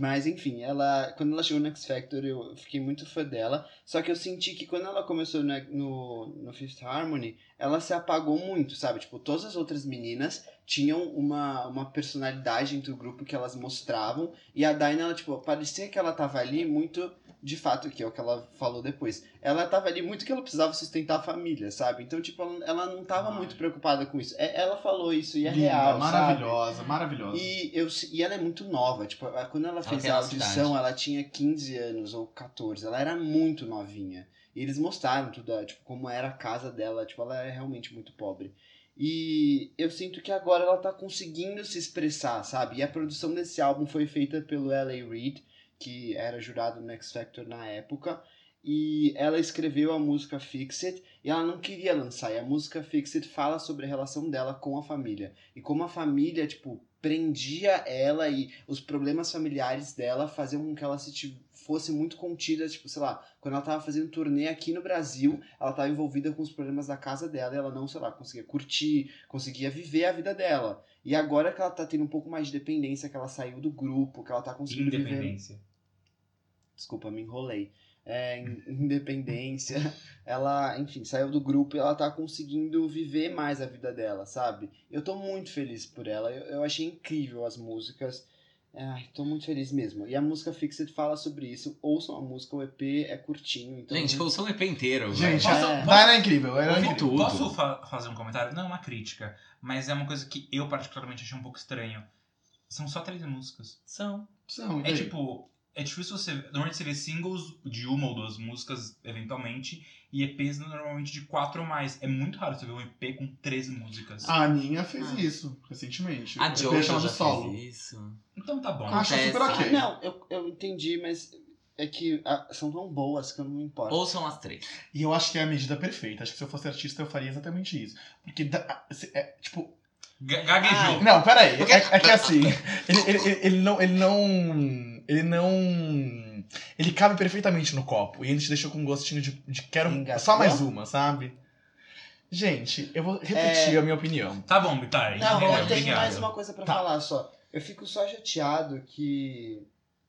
Mas enfim, ela quando ela chegou no X Factor, eu fiquei muito fã dela. Só que eu senti que quando ela começou no, no, no Fifth Harmony, ela se apagou muito, sabe? Tipo, todas as outras meninas tinham uma, uma personalidade entre o grupo que elas mostravam. E a Dinah, ela, tipo, parecia que ela tava ali muito. De fato, que é o que ela falou depois. Ela tava ali muito que ela precisava sustentar a família, sabe? Então, tipo, ela, ela não tava
Ai.
muito preocupada com isso. É- ela falou isso e é
Linda,
real, sabe?
maravilhosa, maravilhosa.
E, eu, se- e ela é muito nova, tipo, a- quando ela fez
tem
a
a nossa
audição,
idade.
ela tinha 15 anos ou 14, ela era muito novinha. E eles mostraram tudo, ah, tipo, como era a casa dela, tipo, ela é realmente muito pobre. E eu sinto que agora ela tá conseguindo se expressar, sabe? E a produção desse álbum foi feita pelo L.A. Reid, que era jurado no X Factor na época. E ela escreveu a música Fix It e ela não queria lançar. E a música Fix It fala sobre a relação dela com a família. E como a família, tipo, prendia ela e os problemas familiares dela faziam com que ela se ti- fosse muito contida. Tipo, sei lá, quando ela tava fazendo turnê aqui no Brasil, ela tava envolvida com os problemas da casa dela e ela não, sei lá, conseguia curtir, conseguia viver a vida dela. E agora que ela tá tendo um pouco mais de dependência, que ela saiu do grupo, que ela tá conseguindo viver
Independência.
desculpa, me enrolei. É, in- independência, (laughs) ela, enfim, saiu do grupo e ela tá conseguindo viver mais a vida dela, sabe? Eu tô muito feliz por ela, eu, eu achei incrível as músicas, ai, tô muito feliz mesmo. E a música Fixed fala sobre isso, ouçam a música, o EP é curtinho, então...
Gente, ouçam o EP inteiro.
Gente,
vai.
Posso-
a-
posso-
Dinah é incrível. Ela é
Ouvi
incrível.
tudo.
Posso fa- fazer um comentário? Não é uma crítica, mas é uma coisa que eu particularmente achei um pouco estranho. São só três músicas.
São.
São,
É
e-
tipo, é difícil você. Normalmente você vê singles de uma ou duas músicas, eventualmente, e EPs normalmente de quatro ou mais. É muito raro você ver um EP com três músicas.
A Aninha fez
Ah.
isso recentemente.
A
Eu queria
Jojo
chamar de
já
solo.
fez isso.
Então tá bom.
Acho
Acontece.
super ok.
Ah, não, eu, eu entendi, mas é que ah, são tão boas que eu não me importo.
Ouçam as três.
E eu acho que é a medida perfeita. Acho que se eu fosse artista, eu faria exatamente isso. Porque, da- se- é, tipo...
Ga- Gaguejou.
Não, peraí. É, é que assim, ele, ele- ele- ele não... Ele não... Ele não... Ele cabe perfeitamente no copo. E ele te deixou com um gostinho de, de quero
Engatou?
só mais uma, sabe? Gente, eu vou
É.
repetir a minha opinião. (laughs)
Tá bom, Bitar.
Não,
entendeu?
eu tenho
Obrigado.
mais uma coisa pra
Tá.
falar só. Eu fico só chateado que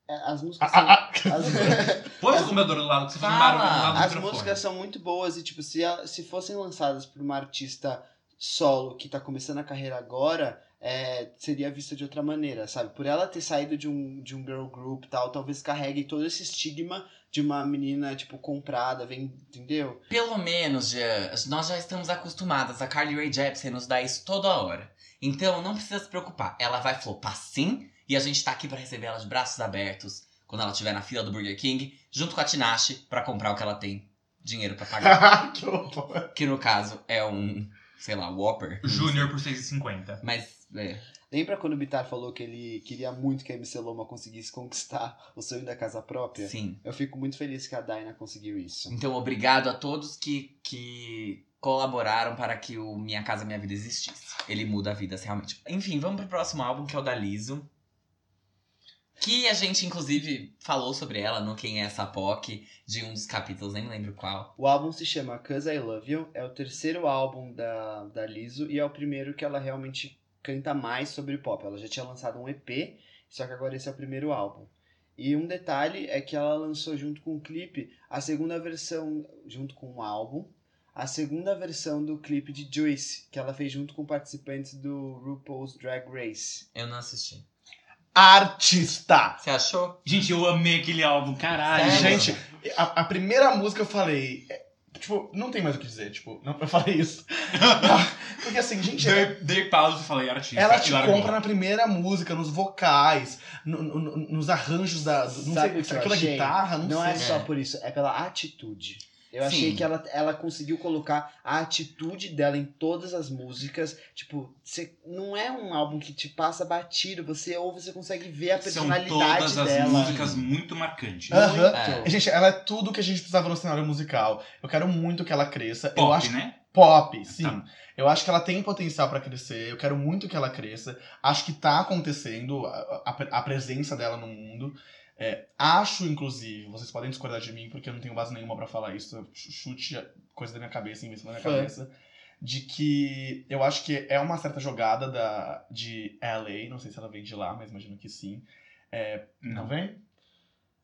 é, as músicas são...
Ah, ah,
(laughs) as-
Põe o comedor do lado, que você faz um
Fala.
barulho do lado do
As
microfone.
músicas são muito boas e, tipo, se, ela- se fossem lançadas por uma artista solo que tá começando a carreira agora, é, seria vista de outra maneira, sabe? Por ela ter saído de um, de um girl group e tal, talvez carregue todo esse estigma de uma menina, tipo, comprada, vem, entendeu?
Pelo menos, Jean, nós já estamos acostumadas. A Carly Rae Jepsen nos dá isso toda hora. Então, não precisa se preocupar. Ela vai flopar sim. E a gente tá aqui pra receber ela de braços abertos. Quando ela estiver na fila do Burger King. Junto com a Tinashe. pra comprar o que ela tem dinheiro
(laughs)
pra pagar.
ah, que horror.
que no caso é um, sei lá, Whopper.
Júnior por 6,50.
Mas, é.
Lembra quando o Bitar falou que ele queria muito que a MC Loma conseguisse conquistar o sonho da casa própria?
Sim.
Eu fico muito feliz que a Daina conseguiu isso.
Então, obrigado a todos que, que colaboraram para que o Minha Casa Minha Vida existisse. Ele muda vidas, realmente. Enfim, vamos pro próximo álbum, que é o da Liso. Que a gente, inclusive, falou sobre ela no Quem é essa POC de um dos capítulos, nem lembro qual.
O álbum se chama Cause I Love You, é o terceiro álbum da, da Lizzo e é o primeiro que ela realmente canta mais sobre pop. Ela já tinha lançado um EP, só que agora esse é o primeiro álbum. E um detalhe é que ela lançou junto com o clipe a segunda versão, junto com o álbum, a segunda versão do clipe de Joyce, que ela fez junto com participantes do RuPaul's Drag Race.
Eu não assisti.
Artista!
Você achou?
Gente, eu amei aquele álbum, caralho.
Sério?
Gente, a, a primeira música eu falei. é, Tipo, não tem mais o que dizer, tipo, não, eu falei
(laughs)
isso. Porque assim, gente,
é
Dei, dei pausa e falei artista.
ela te
e largou.
compra na primeira música, nos vocais, no- no- no- nos arranjos da. do- Não
Sabe
sei,
o que eu
aquela
achei?
guitarra, não,
Não
sei.
é só por isso, é pela atitude. Eu
Sim.
achei que ela, ela conseguiu colocar a atitude dela em todas as músicas. Tipo, você, não é um álbum que te passa batido, você ouve, você consegue ver a
São
personalidade
todas as
dela.
músicas muito marcantes.
Ah,
Muito.
Aham. Gente, ela é tudo que a gente precisava no cenário musical. Eu quero muito que ela cresça. eu
Pop,
acho
né?
pop, sim.
Tá.
Eu acho que ela tem um potencial pra crescer. Eu quero muito que ela cresça. Acho que tá acontecendo a, a- a presença dela no mundo. É, acho, inclusive, vocês podem discordar de mim, porque eu não tenho base nenhuma pra falar isso. Eu ch- Chute a coisa da minha cabeça, invenção da minha
Fã.
cabeça. De que eu acho que é uma certa jogada da, de LA. Não sei se ela vem de lá, mas imagino que sim. É, não vem?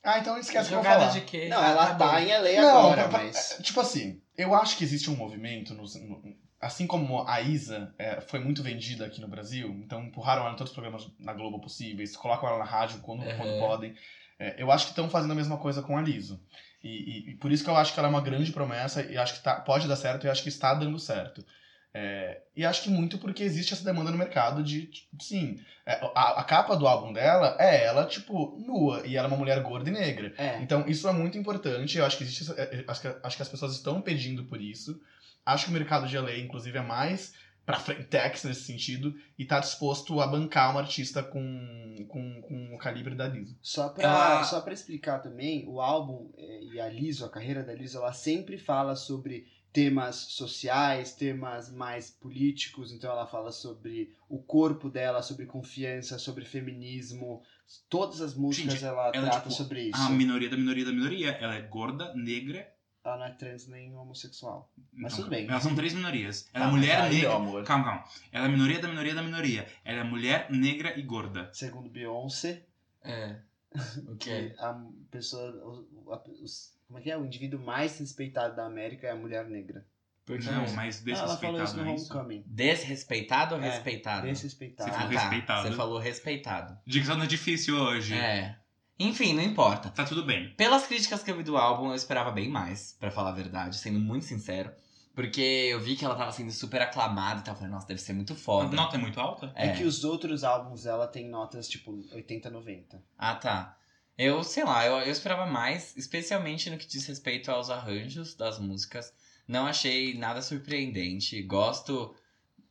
Ah, então esquece o que eu vou falar.
Jogada de quê?
É. Não, ela tá em LA
Não,
agora,
pra- pra-
mas. tá-
Tipo assim, eu acho que existe um movimento nos- no-
assim como a Isa é, foi muito vendida aqui no Brasil, então empurraram ela em todos os programas na Globo possíveis, colocam ela na rádio quando,
Uhum.
quando podem. É, eu acho que estão fazendo a mesma coisa com a Liso. E, e- e por isso que eu acho que ela é uma grande promessa e acho que tá- pode dar certo e acho que está dando certo. É, e acho que muito porque existe essa demanda no mercado de, t- sim, é, a, a capa do álbum dela é ela, tipo, nua, e ela é uma mulher gorda e negra.
É.
Então, isso é muito importante. Eu acho que existe. essa- eh, eh, Acho que, acho que as pessoas estão pedindo por isso. Acho que o mercado de LA, inclusive, é mais pra frentex nesse sentido e tá disposto a bancar uma artista com, com, com o calibre da Lisa.
Só pra,
Ah.
só pra explicar também, o álbum eh, e a Liso, a carreira da Liso, ela sempre fala sobre temas sociais, temas mais políticos, então ela fala sobre o corpo dela, sobre confiança, sobre feminismo, todas as músicas
Gente,
ela,
ela,
trata
tipo,
sobre isso.
A minoria da minoria da minoria. Ela é gorda, negra.
Ela não é trans nem homossexual. Mas
então,
tudo bem.
Elas são três minorias.
Tá,
Ela é
Ah,
mulher,
aí,
negra.
ó, amor.
Calma, calma. Ela é a minoria da minoria da minoria. Ela é mulher, negra e gorda.
Segundo Beyoncé,
É. (laughs) O
é?
que a pessoa, o- a- os- como é que é? O indivíduo mais respeitado da América é a mulher negra.
Não,
é.
mas
Ah, ela falou isso
desrespeitado
no
não é isso.
Homecoming.
(laughs) Desrespeitado ou
É,
respeitado? Ah, tá.
Desrespeitado.
Você falou respeitado.
Você falou respeitado.
Dicção não é difícil hoje.
É. Enfim, não importa.
Tá tudo bem.
Pelas críticas que eu vi do álbum, eu esperava bem mais, pra falar a verdade, sendo muito sincero. Porque eu vi que ela tava sendo super aclamada e tal. Eu falei, nossa, deve ser muito
A
foda.
nota é muito alta?
É. que os outros álbuns dela tem notas tipo 80, 90.
Ah, tá. Eu, sei lá, eu, eu esperava mais, especialmente no que diz respeito aos arranjos das músicas. Não achei nada surpreendente. Gosto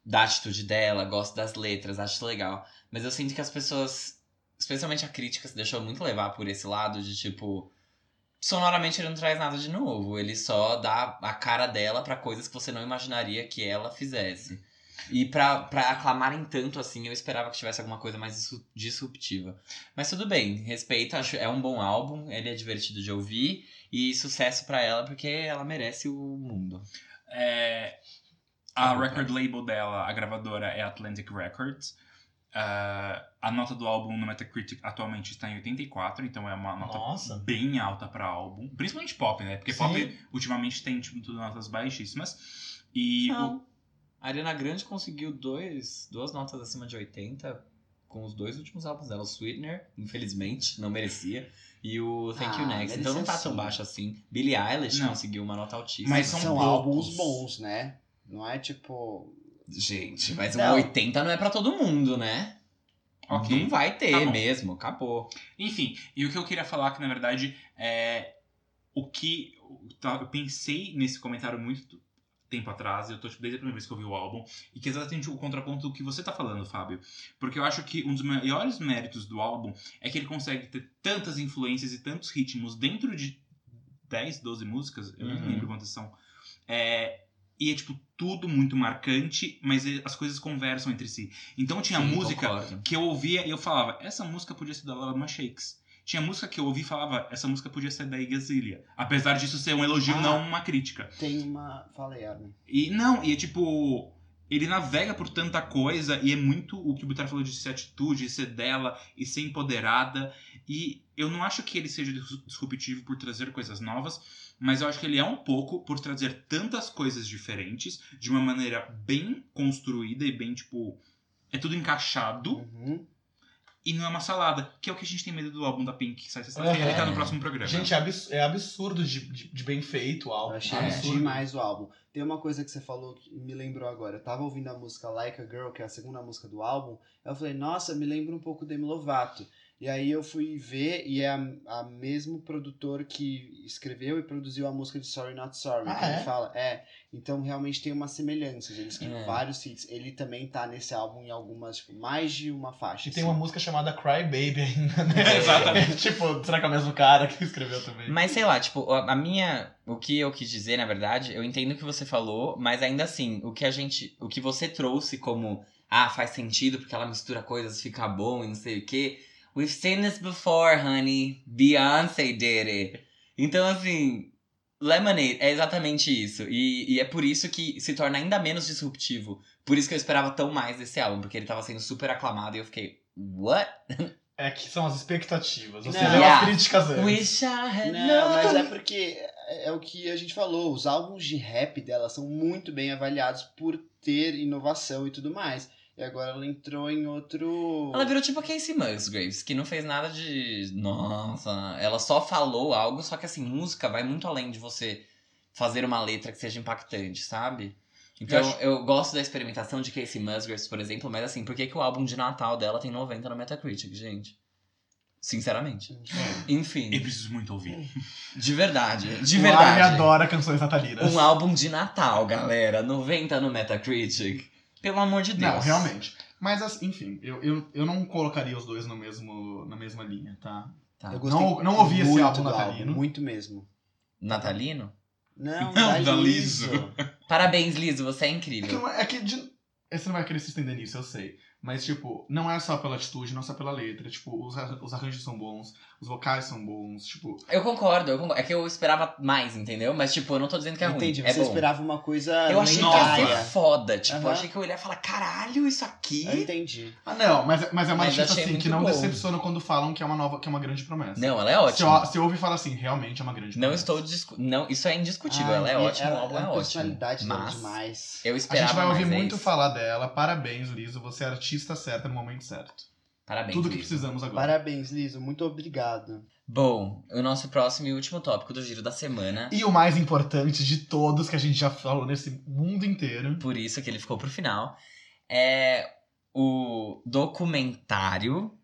da atitude dela, gosto das letras, acho legal. Mas eu sinto que as pessoas, especialmente a crítica, se deixou muito levar por esse lado de tipo. Sonoramente ele não traz nada de novo, ele só dá a cara dela pra coisas que você não imaginaria que ela fizesse. E pra, pra aclamarem tanto assim, eu esperava que tivesse alguma coisa mais disru- disruptiva. Mas tudo bem, respeito, acho, é um bom álbum, ele é divertido de ouvir e sucesso pra ela porque ela merece o mundo.
É,
Tá
a
bom,
record label dela, a gravadora, é Atlantic Records. Ah, a nota do álbum no Metacritic atualmente está em 84, então é uma nota
Nossa.
bem alta pra álbum. Principalmente pop, né? Porque pop ultimamente tem tipo, tudo notas baixíssimas. E o-
Não. A Ariana Grande conseguiu dois, duas notas acima de 80 com os dois últimos álbuns dela, o Sweetener, infelizmente, não merecia, e o Thank You
Ah,
Next. Então não tá
merecia
tão
sim.
baixo assim. Billie Eilish
Não.
conseguiu uma nota altíssima.
Mas são poucos.
álbuns bons, né? Não é tipo.
Gente, mas
Não.
um 80 não é pra todo mundo, né?
Ok.
Não vai ter
Tá bom.
mesmo, acabou.
Enfim, e o que eu queria falar que, na verdade, é o que. tá, Eu pensei nesse comentário muito tempo atrás, eu tô tipo, desde a primeira vez que eu vi o álbum, e que é exatamente o contraponto do que você tá falando, Fábio. Porque eu acho que um dos maiores méritos do álbum é que ele consegue ter tantas influências e tantos ritmos dentro de 10, 12 músicas, eu nem
Uhum.
lembro quantas são. É, e é tipo tudo muito marcante, mas é, as coisas conversam entre si. Então tinha
Sim,
música
concordo.
que eu ouvia e eu falava, essa música podia ser da Lama Shakes. Tinha música que eu ouvi e falava, essa música podia ser da Igazilha. Apesar disso ser um elogio,
Ah.
não uma crítica.
Tem uma. Falei, Armin.
E não, e é tipo. Ele navega por tanta coisa e é muito o que o Bitar falou de ser atitude, ser dela e ser empoderada. E eu não acho que ele seja dis- disruptivo por trazer coisas novas, mas eu acho que ele é um pouco por trazer tantas coisas diferentes de uma maneira bem construída e bem, tipo. É tudo encaixado
Uhum.
e não é uma salada, que é o que a gente tem medo do álbum da Pink, que sai sexta-feira
Uhum.
e tá no próximo programa.
Gente, é, abs- é absurdo de, de, de bem feito o
Eu
álbum.
achei
É absurdo.
demais o álbum. Tem uma coisa que você falou que me lembrou agora. Eu tava ouvindo a música Like a Girl, que é a segunda música do álbum. Eu falei, nossa, me lembra um pouco Demi Lovato. E aí eu fui ver, e é a, a mesmo produtor que escreveu e produziu a música de Sorry Not Sorry,
Ah,
que ele
é?
fala. É. Então realmente tem uma semelhança. Ele escreveu
É.
vários hits. Ele também tá nesse álbum em algumas, tipo, mais de uma faixa.
E tem
assim.
uma música chamada Cry Baby ainda, né?
É, Exatamente.
(laughs) tipo, será que é o mesmo cara que escreveu também?
Mas sei lá, tipo, a a minha. O que eu quis dizer, na verdade, eu entendo o que você falou, mas ainda assim, o que a gente. O que você trouxe como. Ah, faz sentido porque ela mistura coisas, fica bom e não sei o quê. We've seen this before, honey. Beyoncé did it. Então, assim. Lemonade é exatamente isso. E, e é por isso que se torna ainda menos disruptivo. Por isso que eu esperava tão mais desse álbum, porque ele tava sendo super aclamado e eu fiquei. What?
É que são as expectativas. Você
Não.
leu
Yeah.
É.
as críticas antes.
Wish I had
Não, mas
known.
é porque é o que a gente falou, os álbuns de rap dela são muito bem avaliados por ter inovação e tudo mais. E agora ela entrou em outro.
Ela virou tipo a Casey Musgraves, que não fez nada de. Nossa, ela só falou algo, só que assim, música vai muito além de você fazer uma letra que seja impactante, sabe? Então, eu,
acho-
gosto da experimentação de Casey Musgraves, por exemplo, mas assim, por que, que o álbum de Natal dela tem 90 no Metacritic, gente?
assim,
Sinceramente. Enfim,
Eu preciso muito ouvir.
(laughs)
de verdade, de
o Armin
verdade.
adora canções natalinas.
Um álbum de Natal, galera, 90 no Metacritic. Pelo amor de Deus.
Não, realmente. Mas, assim, enfim, eu, eu, eu não colocaria os dois no mesmo, na mesma linha, tá?
Tá.
Eu gostei
Não- não ouvi esse
muito
álbum
do
natalino.
muito mesmo.
Natalino?
Não,
Não,
da
da
Liso.
Parabéns, Liso, você é
É que,
incrível.
não é é que de- você não vai querer se estender nisso, eu sei. Mas, tipo, não é só pela atitude, não é só pela letra. Tipo, os, ar- os arranjos são bons, os vocais são bons, tipo...
Eu concordo, eu concordo. É que eu esperava mais, entendeu? Mas, tipo, eu não tô dizendo que é ruim.
Entendi,
é
você
bom.
esperava uma coisa
Eu achei que ia
lendária.
ser foda. Tipo,
Aham.
eu achei que eu olhar e falar, caralho, isso aqui.
Eu entendi.
Ah, não, mas, mas é uma
Mas
artista,
achei
assim, que
muito
não
bom.
decepciona quando falam que é uma nova, que é uma grande promessa.
Não, ela é
Se,
ótima.
ó- se ouve e fala assim, realmente é uma grande
Não
promessa.
estou discu... Não, isso é indiscutível.
Ah,
ela é
ela-
ótima, o álbum
ela-
é
a
ótimo.
personalidade dela
Mas
demais.
eu
A
esperava
gente vai
mais
ouvir
é
muito
isso.
falar dela. Parabéns, Liso. Você é a artista certa no momento certo.
Parabéns.
Tudo o que
Luiz.
precisamos agora.
Parabéns, Liso. Muito obrigado.
Bom, o nosso próximo e último tópico do giro da semana.
E o mais importante de todos que a gente já falou nesse mundo inteiro.
Por isso que ele ficou pro final. É o documentário.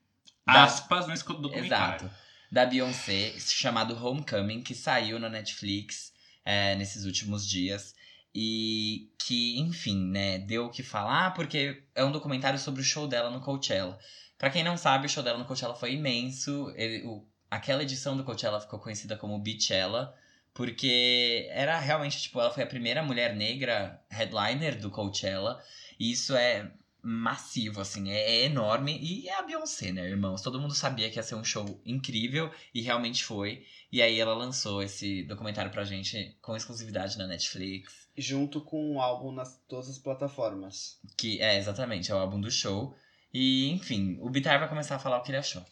da-
Aspas nesse documentário.
Exato. Da Beyoncé, chamado Homecoming, que saiu na Netflix é, nesses últimos dias. E que, enfim, né, deu o que falar, porque é um documentário sobre o show dela no Coachella. Pra quem não sabe, o show dela no Coachella foi imenso. Ele- o- aquela edição do Coachella ficou conhecida como Beachella, porque era realmente, tipo, ela foi a primeira mulher negra headliner do Coachella. E isso é massivo, assim, é, é enorme. E é a Beyoncé, né, irmãos? Todo mundo sabia que ia ser um show incrível e realmente foi. E aí ela lançou esse documentário pra gente com exclusividade na Netflix.
Junto com o álbum nas todas as plataformas.
Que é exatamente, é o álbum do show. E, enfim, o Bitar vai começar a falar o que ele achou. O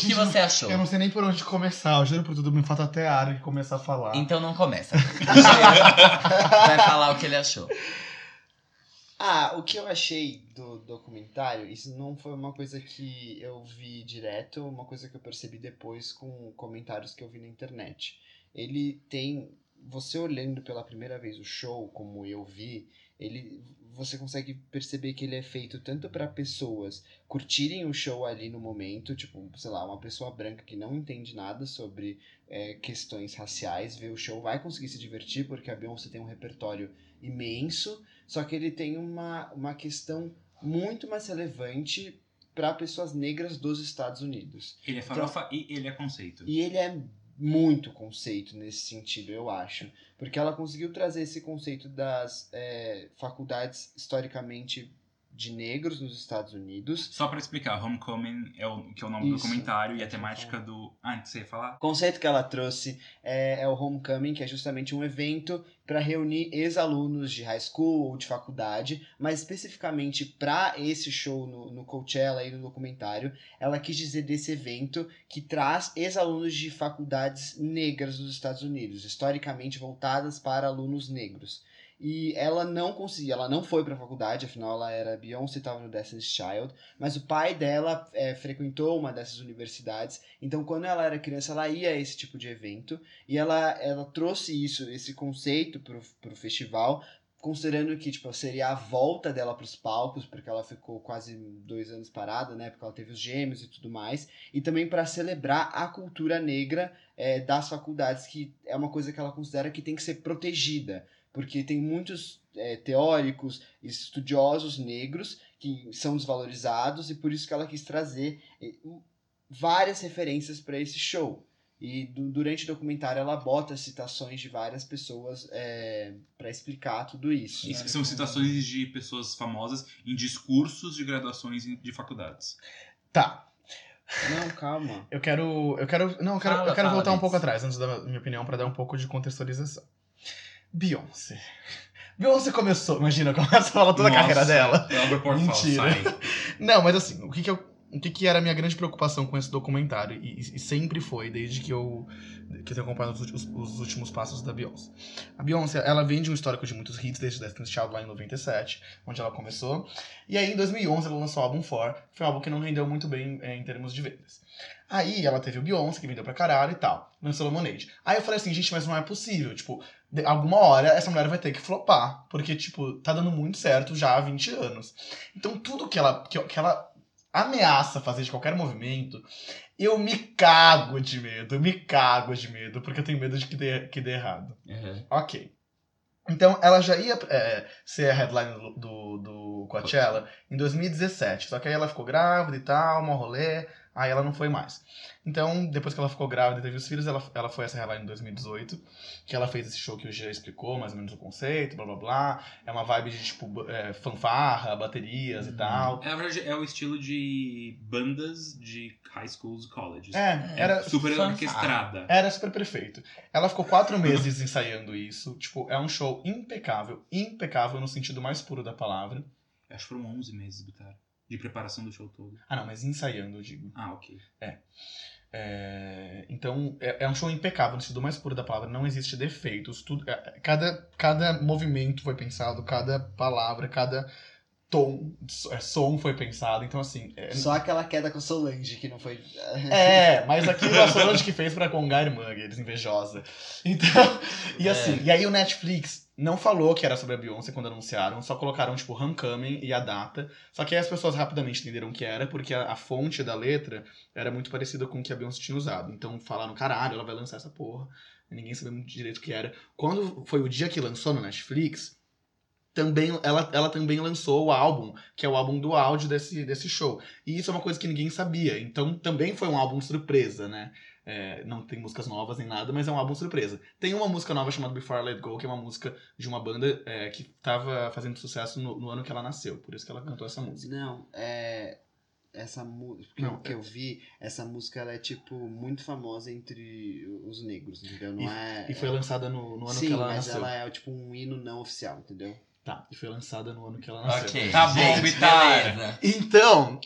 que
Gente,
você achou?
Eu não sei nem por onde começar. Eu juro por tudo, me falta até ar que começar a falar.
Então não
(laughs)
começa. vai falar o que ele achou.
Ah, o que eu achei do documentário, isso não foi uma coisa que eu vi direto, uma coisa que eu percebi depois com comentários que eu vi na internet. Ele tem, você olhando pela primeira vez o show, como eu vi, ele você consegue perceber que ele é feito tanto para pessoas curtirem o show ali no momento, tipo, sei lá, uma pessoa branca que não entende nada sobre eh, questões raciais, vê o show, vai conseguir se divertir, porque a Beyoncé tem um repertório imenso, só que ele tem uma, uma questão muito mais relevante para pessoas negras dos Estados Unidos.
Ele é farofa e ele é conceito.
E ele é muito conceito nesse sentido, eu acho. Porque ela conseguiu trazer esse conceito das eh, faculdades historicamente de negros nos Estados Unidos.
Só pra explicar, Homecoming é o que é o nome do
Isso.
documentário e a temática do. Ah, antes você ia falar?
O conceito que ela trouxe é, é o homecoming, que é justamente um evento para reunir ex-alunos de high school ou de faculdade, mas especificamente para esse show no, no Coachella e no documentário, ela quis dizer desse evento que traz ex-alunos de faculdades negras dos Estados Unidos, historicamente voltadas para alunos negros. E ela não conseguia, ela não foi para a faculdade, afinal ela era Beyoncé, estava no Destiny's Child, mas o pai dela eh, frequentou uma dessas universidades, então quando ela era criança ela ia a esse tipo de evento e ela, ela trouxe isso, esse conceito pro, pro festival, considerando que tipo, seria a volta dela pros palcos, porque ela ficou quase dois anos parada, né, porque ela teve os gêmeos e tudo mais, e também para celebrar a cultura negra eh, das faculdades, que é uma coisa que ela considera que tem que ser protegida, porque tem muitos eh, teóricos, estudiosos negros que são desvalorizados e por isso que ela quis trazer eh, um- várias referências para esse show. E du- durante o documentário ela bota citações de várias pessoas para explicar tudo isso.
Isso são citações de pessoas famosas em discursos de graduações de faculdades.
Tá.
Não, calma.
Eu quero. Eu quero. Não, eu quero,
Fala,
eu quero
fala,
voltar um
Bits.
pouco atrás antes da minha opinião pra dar um pouco de contextualização. Beyoncé. Beyoncé
é
começou, imagina, começa a falar toda a carreira dela.
Albert Portfall,
Mentira.
um sai.
Não, mas assim, o que que eu. o que, que era a minha grande preocupação com esse documentário, e, e sempre foi, desde que eu, que eu tenho acompanhado os, últimos- os últimos passos da Beyoncé. A Beyoncé, ela vem de um histórico de muitos hits, desde Destiny's Child lá em 97, onde ela começou. E aí, em 2011, ela lançou o álbum For, que foi um álbum que não rendeu muito bem eh, em termos de vendas. Aí, ela teve o Beyoncé, que vendeu pra caralho e tal, lançou Lemonade. Aí eu falei assim, gente, mas não é possível, tipo, de- alguma hora essa mulher vai ter que flopar, porque, tipo, tá dando muito certo já há 20 anos. Então, tudo que ela, que, que ela ameaça fazer de qualquer movimento, eu me cago de medo, eu me cago de medo, porque eu tenho medo de que dê, que dê errado.
Uhum.
Ok. Então, ela já ia é, ser a headline do, do, do Coachella em 2017. Só que aí ela ficou grávida e tal, mó rolê. Aí ela não foi mais. Então, depois que ela ficou grávida e teve os filhos, ela, ela foi essa headline em 2018. Que ela fez esse show que o Jean explicou, mais ou menos o conceito, blá blá blá. É uma vibe de, tipo, b- é, fanfarra, baterias e tal.
É, na verdade, é o estilo de bandas de high schools e colleges.
É, era
super
fanfarra.
orquestrada.
Era super perfeito. Ela ficou quatro meses ensaiando isso. Tipo, é um show impecável. Impecável no sentido mais puro da palavra.
Acho que foram 11 meses do cara. De preparação do show todo.
Ah, não, mas ensaiando, eu digo.
Ah, ok.
É, então, é, é um show impecável, no sentido mais puro da palavra. Não existe defeitos. Tudo, é- cada, cada movimento foi pensado, cada palavra, cada tom, so- é, som foi pensado. Então, assim. É,
Só aquela queda com Solange, que não foi.
é, (laughs) mas aquilo a Solange que fez pra congar a irmã, eles invejosa. Então, e assim, e aí o Netflix não falou que era sobre a Beyoncé quando anunciaram, só colocaram tipo Homecoming e a data. Só que aí as pessoas rapidamente entenderam que era, porque a, a fonte da letra era muito parecida com o que a Beyoncé tinha usado. Então falaram, caralho, ela vai lançar essa porra. E ninguém sabia muito direito o que era. Quando foi o dia que lançou no Netflix, também ela, ela também lançou o álbum, que é o álbum do áudio desse, desse show. E isso é uma coisa que ninguém sabia. Então também foi um álbum surpresa, né? É, não tem músicas novas nem nada, mas é um álbum surpresa. Tem uma música nova chamada Before I Let Go, que é uma música de uma banda é, que tava fazendo sucesso no, no ano que ela nasceu. Por isso que ela cantou essa música.
Não, é. Essa música que,
Não, é.
eu- que eu vi, essa música ela é tipo muito famosa entre os negros, entendeu? Não é.
E foi lançada no, no ano
Sim,
que ela
mas
nasceu.
ela é tipo um hino não oficial, entendeu?
Tá, e foi lançada no ano que ela nasceu.
Ok.
Tá bom,
gente,
Bitara.
beleza.
Então,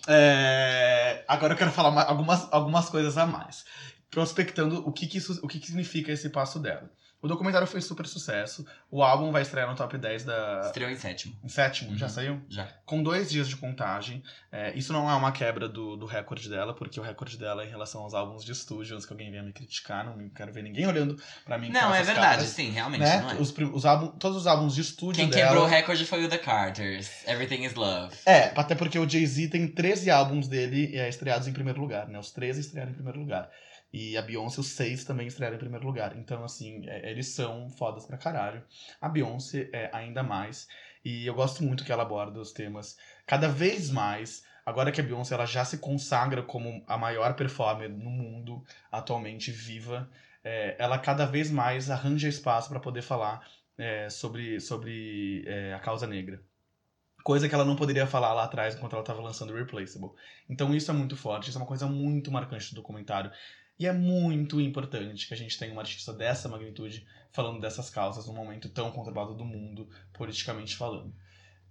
é, agora eu quero falar ma- algumas, algumas coisas a mais. Prospectando o que, que, isso- o que, que significa esse passo dela. O documentário foi super sucesso. O álbum vai estrear no top 10 da.
Estreou em sétimo.
Em sétimo,
Uhum.
já saiu?
Já.
Com dois dias de contagem. É, isso não é uma quebra do, do recorde dela, porque o recorde dela é em relação aos álbuns de estúdio, antes que alguém venha me criticar, não quero ver ninguém olhando pra mim. com
Não, é
Então essas
verdade,
caras,
sim, realmente,
né?
não é?
Os prim- os álbum- todos os álbuns de estúdio
Quem
dela.
quebrou o recorde foi o The Carters. Everything is Love.
É, até porque o Jay-Z tem 13 álbuns dele é, estreados em primeiro lugar, né? Os 13 estrearam em primeiro lugar. E a Beyoncé, os seis também estrearam em primeiro lugar. Então, assim, é, eles são fodas pra caralho. A Beyoncé é ainda mais. E eu gosto muito que ela aborda os temas cada vez mais. Agora que a Beyoncé ela já se consagra como a maior performer no mundo atualmente viva, é, ela cada vez mais arranja espaço pra poder falar é, sobre, sobre é, a causa negra coisa que ela não poderia falar lá atrás enquanto ela estava lançando Replaceable. Então isso é muito forte, isso é uma coisa muito marcante do documentário. E é muito importante que a gente tenha uma artista dessa magnitude falando dessas causas num momento tão conturbado do mundo, politicamente falando.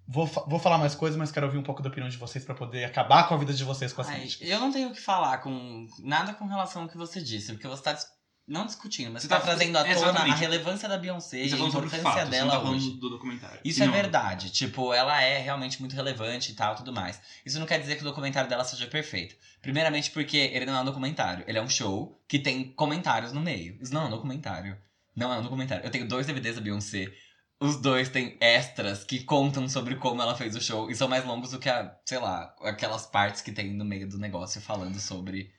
Vou, fa- vou falar mais coisas, mas quero ouvir um pouco da opinião de vocês pra poder acabar com a vida de vocês com as
Ai,
críticas.
eu não tenho o que falar com nada com relação ao que você disse, porque você tá dis- não discutindo, mas
Você
você tá,
tá-
trazendo à tona
exatamente.
a relevância da Beyoncé e
Você
a
tá falando sobre
importância
fatos, você não
dela
tá falando
hoje.
do documentário.
Isso
E
é
não-
verdade, tipo, ela é realmente muito relevante e tal, tudo mais. Isso não quer dizer que o documentário dela seja perfeito. Primeiramente porque ele não é um documentário, ele é um show que tem comentários no meio. Isso não é um documentário. Não é um documentário. Eu tenho dois DVDs da Beyoncé. Os dois têm extras que contam sobre como ela fez o show e são mais longos do que, a, sei lá, aquelas partes que tem no meio do negócio falando sobre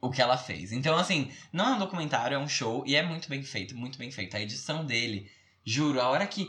o que ela fez. Então, assim, não é um documentário, é um show e é muito bem feito, muito bem feito. A edição dele, juro, a hora que.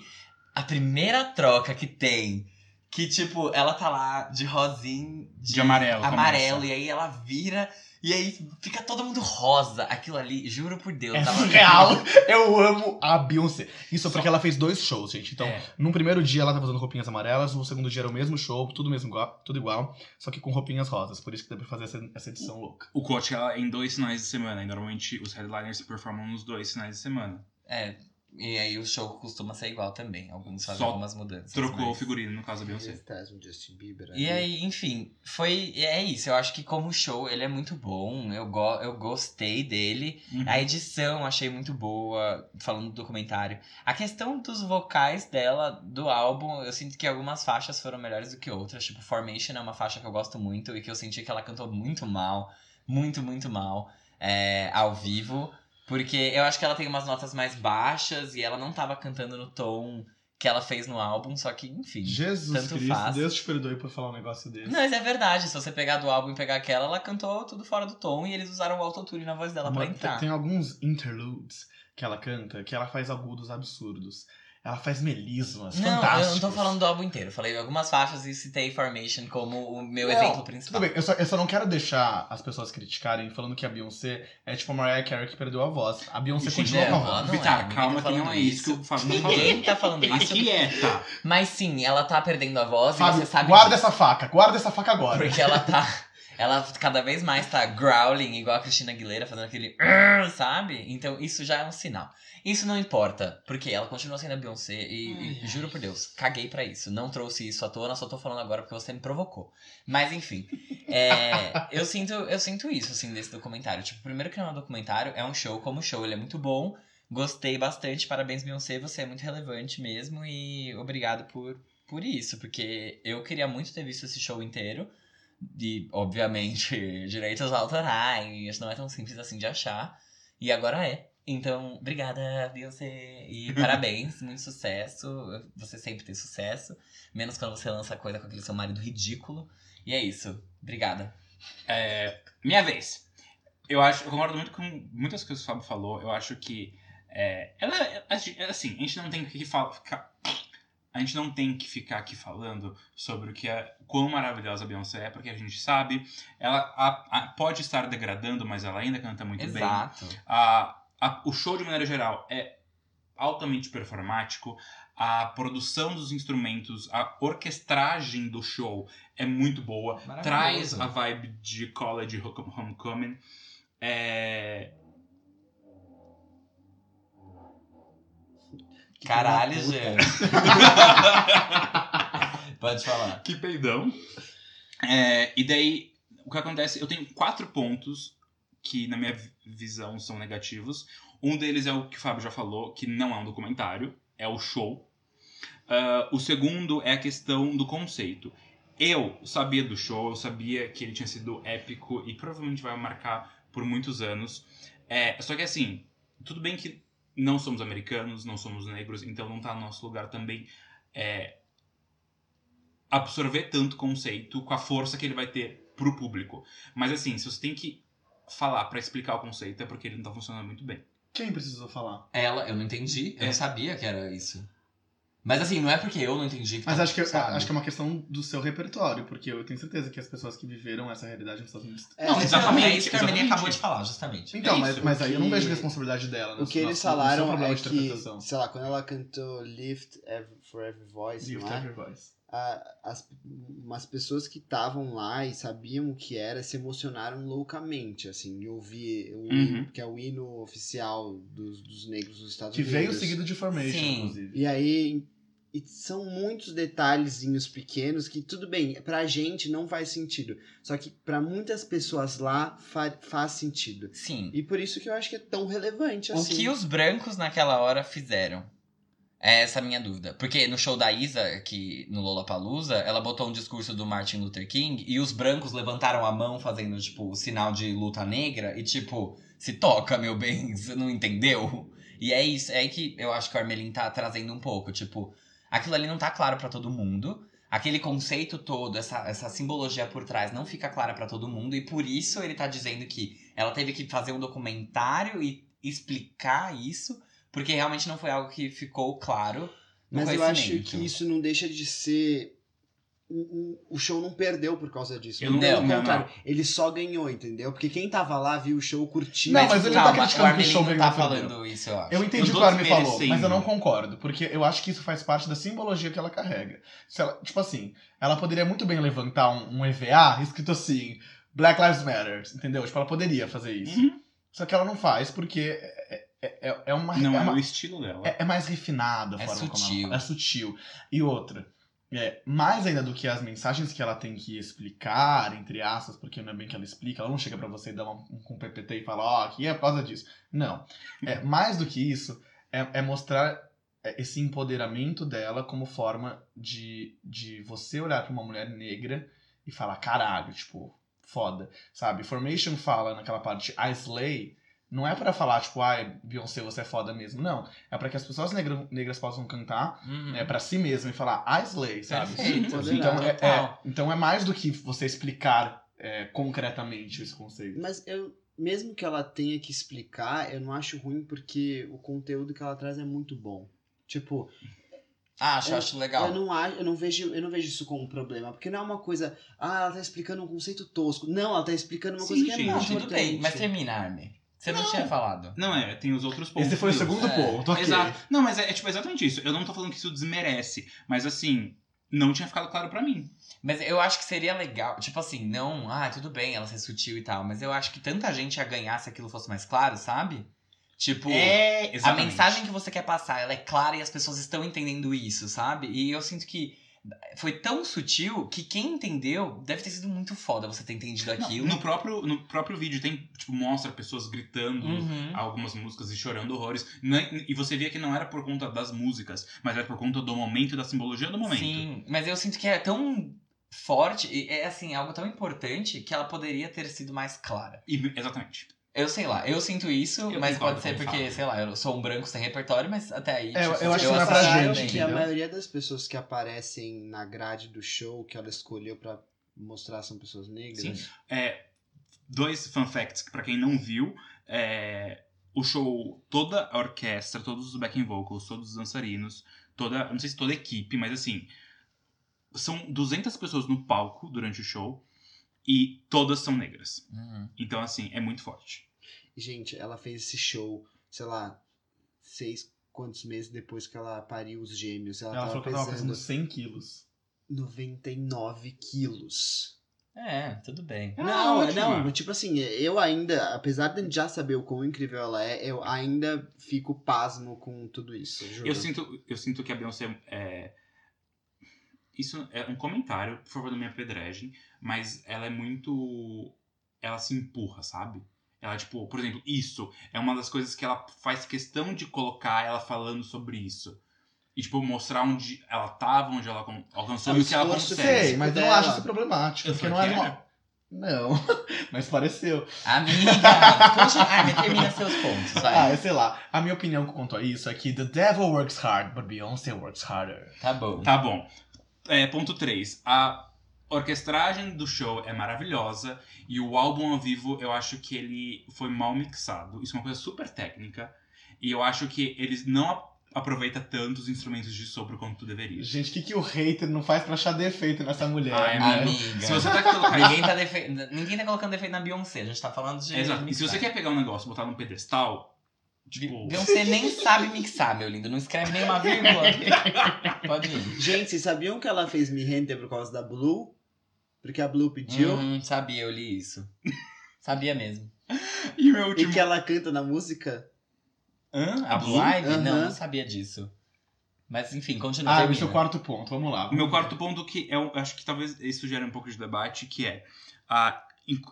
A primeira troca que tem, que tipo, ela tá lá de rosinha,
De amarelo.
amarelo,
começa.
e aí ela vira, e aí fica todo mundo rosa. Aquilo ali, juro por
É
Deus.
(laughs)
dava-
surreal. Eu amo a Beyoncé. Isso porque ela fez dois shows, gente. Então,
É.
num primeiro dia ela tava usando roupinhas amarelas, no segundo dia era o mesmo show, tudo mesmo igual, tudo igual, só que com roupinhas rosas. Por isso que deu pra fazer essa, essa edição louca.
O Coachella é em dois finais de semana. E normalmente os headliners performam nos dois finais de semana.
(laughs) É, E aí o show costuma ser igual também. Alguns fazem
Só
algumas mudanças.
Trocou o
mas-
figurino, no
é
caso da Beyoncé.
Eles trazem o Justin Bieber.
E
ali.
aí, enfim, foi. É isso. Eu acho que como show ele é muito bom. Eu, go, eu gostei dele.
Uhum.
A edição eu achei muito boa, falando do documentário. A questão dos vocais dela, do álbum, eu sinto que algumas faixas foram melhores do que outras. Tipo, Formation é uma faixa que eu gosto muito e que eu senti que ela cantou muito mal. Muito, muito mal. é, ao vivo. Porque eu acho que ela tem umas notas mais baixas e ela não tava cantando no tom que ela fez no álbum, só que, enfim.
Jesus
Tanto
Cristo,
faz.
Deus te perdoe por falar um negócio desse.
Não, mas é verdade. Se você pegar do álbum e pegar aquela, ela cantou tudo fora do tom e eles usaram o autotune na voz dela pra
Uma-
entrar.
Tem alguns interludes que ela canta que ela faz agudos absurdos. Ela faz melismas
Não, eu
fantásticos.
não tô falando do álbum inteiro. Eu Falei algumas faixas e citei Formation como o meu
Não,
exemplo
Tudo
principal.
bem, eu só, eu só não quero deixar as pessoas criticarem falando que a Beyoncé é tipo a Mariah Carey que perdeu a voz. A Beyoncé
Gente,
continua com a
não,
voz.
ela
Vitar,
ninguém
calma
tá
que não
falando
é isso que
isso.
o Fábio tá
Ninguém
falando.
tá
(laughs)
falando isso.
Aqui é, tá.
Mas sim, ela tá perdendo a voz e
Fábio,
você sabe
guarda
disso.
essa faca, guarda essa faca agora.
Porque ela tá. Ela cada vez mais tá growling, igual a Cristina Aguilera, fazendo aquele. "Arr", Sabe? Então isso já é um sinal. Isso não importa, porque ela continua sendo a Beyoncé e, e juro por Deus, caguei pra isso. Não trouxe isso à tona, só tô falando agora porque você me provocou. Mas enfim, é, eu, sinto, eu sinto isso, assim, desse documentário. Tipo, primeiro que não é um documentário, é um show como show, ele é muito bom. Gostei bastante, parabéns Beyoncé, você é muito relevante mesmo e obrigado por, por isso, porque eu queria muito ter visto esse show inteiro. E, obviamente, (laughs) direitos autorais, não é tão simples assim de achar. E agora é. Então, obrigada, Beyoncé.
(laughs)
E parabéns, muito sucesso. Você sempre tem sucesso. Menos quando você lança coisa com aquele seu marido ridículo. E é isso. Obrigada.
É, minha vez. Eu acho, eu concordo muito com muitas coisas que o Fábio falou. Eu acho que é, ela, é- é assim, a gente não tem que fa- ficar, a gente não tem que ficar aqui falando sobre o que é, quão maravilhosa a Beyoncé é, porque a gente sabe, ela a- a- pode estar degradando, mas ela ainda canta muito bem.
Exato.
A- a- o show, de maneira geral, é altamente performático. A produção dos instrumentos, a orquestragem do show é muito boa. Traz a vibe de college home- homecoming. É...
Caralho, Jean. assim. Pode falar.
Que peidão. É, e daí, o que acontece? Eu tenho quatro pontos que, na minha vi- visão, são negativos. Um deles é o que o Fábio já falou, que não é um documentário, é o show. Ah, o segundo é a questão do conceito. Eu sabia do show, eu sabia que ele tinha sido épico e provavelmente vai marcar por muitos anos. É, só que assim, tudo bem que não somos americanos, não somos negros, então não tá no nosso lugar também é, absorver tanto conceito com a força que ele vai ter pro público. Mas assim, se você tem que falar pra explicar o conceito é porque ele não tá funcionando muito bem.
Quem precisou falar?
Ela, eu não entendi. Eu
É.
não sabia que era isso. Mas assim, não é porque eu não entendi que
Mas
tá-
acho que,
sabe?
acho que é uma questão do seu repertório, porque eu tenho certeza que as pessoas que viveram essa realidade nos Estados Unidos.
É,
Não,
é,
exatamente,
É isso que a Armenia
exatamente.
acabou de falar, justamente.
Então,
é
mas,
isso,
mas
o
aí eu
que-
não vejo responsabilidade dela. né?
O
no-
que
no-
eles
no seu
falaram
um problema
é
de
que,
interpretação.
sei lá, quando ela cantou Lift Ev- for Every Voice,
Lift
não é?
Every Voice.
a- as, umas pessoas que estavam lá e sabiam o que era se emocionaram loucamente, assim, e ouvir o hino,
Uhum.
que é o hino oficial dos, dos negros nos Estados
Que
Unidos.
veio seguido de Formation,
Sim.
inclusive.
E aí e são muitos detalhezinhos pequenos que tudo bem, pra gente não faz sentido, só que pra muitas pessoas lá fa- faz sentido.
Sim.
E por isso que eu acho que é tão relevante
O
assim.
que os brancos naquela hora fizeram? É essa a minha dúvida. Porque no show da Isa, que no Lollapalooza, ela botou um discurso do Martin Luther King e os brancos levantaram a mão fazendo, tipo, o sinal de luta negra e tipo, se toca, meu bem, (laughs) você não entendeu? E é isso, é aí que eu acho que o Armelin tá trazendo um pouco, tipo, aquilo ali não tá claro pra todo mundo. Aquele conceito todo, essa, essa simbologia por trás não fica clara pra todo mundo, e por isso ele tá dizendo que ela teve que fazer um documentário e explicar isso, porque realmente não foi algo que ficou claro. no
Mas eu acho
conhecimento.
que isso não deixa de ser. um- um- O show não perdeu por causa disso.
Eu não-
Pelo
não, não.
contrário, ele só ganhou, entendeu? Porque quem tava lá viu o show, curtiu.
Não, mas ele tá
Calma,
criticando
o
que o
Armelin
show
não
ganhou
tá
o prêmio.
falando isso, eu acho.
Eu entendi
Eu
o
tô
que o Armin falou,
desmerecendo.
mas eu não concordo, porque eu acho que isso faz parte da simbologia que ela carrega. Se ela- tipo assim, ela poderia muito bem levantar um, um EVA escrito assim,
Uhum.
Black Lives Matter, entendeu? Tipo, ela poderia fazer isso. Só que ela não faz porque é- é- é, é, é uma.
Não
é,
é,
uma-
o estilo dela.
é- é mais refinada a
É
forma como
sutil.
ela, É sutil. E outra. É, mais ainda do que as mensagens que ela tem que explicar, entre aspas, porque não é bem que ela explica, ela não chega pra você e dá uma- um, um PPT e fala, ó, aqui é por causa disso. Não. É, mais do que isso, é, é mostrar é, esse empoderamento dela como forma de, de você olhar pra uma mulher negra e falar, caralho, tipo, foda. Sabe? Formation fala naquela parte, I slay, não é pra falar, tipo, ai, Beyoncé, você é foda mesmo. Não. É pra que as pessoas negra- negras possam cantar
Hum.
Uhum.
é, para si mesmo e falar I slay, sabe?
Perfeito.
Então é, é,
Total.
então é mais do que você explicar é, concretamente esse conceito.
Mas eu, mesmo que ela tenha que explicar, eu não acho ruim porque o conteúdo que ela traz é muito bom. Tipo,
Acho,
é,
Eu-
acho legal.
eu não acho, eu não vejo, eu não vejo isso como um problema, porque não é uma coisa, ah, ela tá explicando um conceito tosco. Não, ela tá explicando uma
Sim,
coisa que é
gente,
Não,
muito
tudo bem,
importante.
mas termina, Armin. Você não, tinha falado.
Não, é, tem os outros pontos.
Esse foi o
viu?
segundo
É.
ponto, ok.
Exato. Não, mas é, é, tipo exatamente isso. Eu não tô falando que isso desmerece, mas assim, não tinha ficado claro pra mim.
Mas eu acho que seria legal, tipo assim, não, ah, tudo bem ela ser sutil e tal, mas eu acho que tanta gente ia ganhar se aquilo fosse mais claro, sabe? Tipo,
é,
a
exatamente.
mensagem que você quer passar, ela é clara e as pessoas estão entendendo isso, sabe? E eu sinto que foi tão sutil que quem entendeu deve ter sido muito foda você ter entendido
Não,
aquilo.
no próprio no próprio vídeo tem tipo mostra pessoas gritando
Uhum.
algumas músicas e chorando horrores Não- é, e você via que não era por conta das músicas, mas era por conta do momento e da simbologia do momento.
Sim, mas eu sinto que é tão forte, e é assim, algo tão importante que ela poderia ter sido mais clara.
E- exatamente.
Eu sei lá, eu sinto isso,
Eu
mas pode
concordo
ser
com o
porque,
Fábio.
sei lá, eu sou um branco sem repertório, mas até aí. tipo,
É, eu acho que não é
Vocês
assisti
pra
acharam
gente,
que
entendeu?
a maioria das pessoas que aparecem na grade do show que ela escolheu pra mostrar são pessoas negras.
Sim. É, dois fun facts que pra quem não viu, é, o show, toda a orquestra, todos os backing vocals, todos os dançarinos, toda, eu não sei se toda a equipe, mas assim, são 200 pessoas no palco durante o show e todas são negras.
Uhum.
Então assim, é muito forte.
Gente, ela fez esse show, sei lá, seis quantos meses depois que ela pariu os gêmeos. Ela,
Ela
tava
falou que ela tava
pesando
pesando 100 quilos.
99 quilos.
É, tudo bem.
Ah,
Não,
ótima.
não, tipo assim, eu ainda, apesar de já saber o quão incrível ela é, eu ainda fico pasmo com tudo isso. Juro.
Eu sinto, eu sinto que a Beyoncé é... Isso é um comentário, por favor, não me apedrejem, mas ela é muito... Ela se empurra, sabe? Ela, tipo, por exemplo, isso é uma das coisas que ela faz questão de colocar ela falando sobre isso. E, tipo, mostrar onde ela tava, onde ela alcan- alcançou
É um
e o que ela
esforço
consegue.
Sei, mas eu não
dela.
acho isso problemático,
Eu
porque não
falei
é
que
uma... Não, (laughs) mas pareceu.
Amiga, (laughs) poxa, Armin, termina seus pontos,
Ah,
vai.
eu sei lá. A minha opinião quanto a isso é que The Devil works hard, but Beyoncé works harder.
Tá bom.
Tá bom. É, ponto 3. A orquestragem do show é maravilhosa e o álbum ao vivo eu acho que ele foi mal mixado. Isso é uma coisa super técnica e eu acho que eles não a- aproveita tanto os instrumentos de sopro quanto deveria.
Gente, o que, que o hater não faz pra achar defeito nessa mulher?
Ah, é
né?
mesmo.
Amiga.
Se você tá colocando
Ninguém tá, defe... Ninguém tá colocando defeito na Beyoncé, a gente tá falando de.
Exato. E se você quer pegar um negócio e botar num pedestal, tipo,
Beyoncé nem sabe mixar, meu lindo, não escreve nenhuma vírgula. Pode ir.
Gente, vocês sabiam que ela fez Me Render por causa da Blue? Porque a Blue pediu?
Hum, sabia, eu li isso. sabia mesmo.
(laughs) e o meu
E
último
que ela canta na música?
Hã?
Uhum,
A,
A
Blue
Blue?
Ivy?
Aham.
Não, não sabia disso. Mas enfim, continua.
Ah,
termina.
esse é o quarto ponto, vamos lá.
O meu quarto ponto que é, um- acho que talvez isso gere um pouco de debate, que é a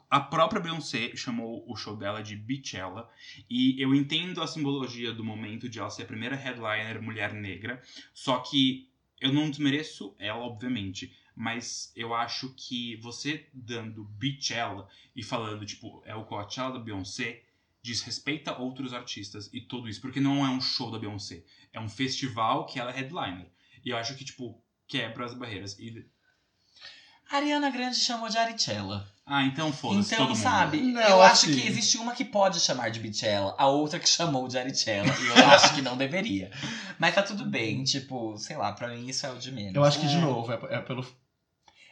a própria Beyoncé chamou o show dela de Beachella e eu entendo a simbologia do momento de ela ser a primeira headliner mulher negra, só que eu não desmereço ela, obviamente, mas eu acho que você dando Beachella e falando, tipo, é o Coachella da Beyoncé, desrespeita outros artistas e tudo isso, porque não é um show da Beyoncé, é um festival que ela é headliner. E eu acho que, tipo, quebra as barreiras. E...
Ariana Grande chamou de Aricella.
Ah, então foda-se
Então,
todo
sabe,
Não,
eu acho
assim-
que existe uma que pode chamar de Bichella, a outra que chamou de Aricella. E eu acho que não deveria. Mas tá tudo bem, tipo, sei lá, pra mim isso é o de menos.
Eu acho que, de
É.
novo, é, é pelo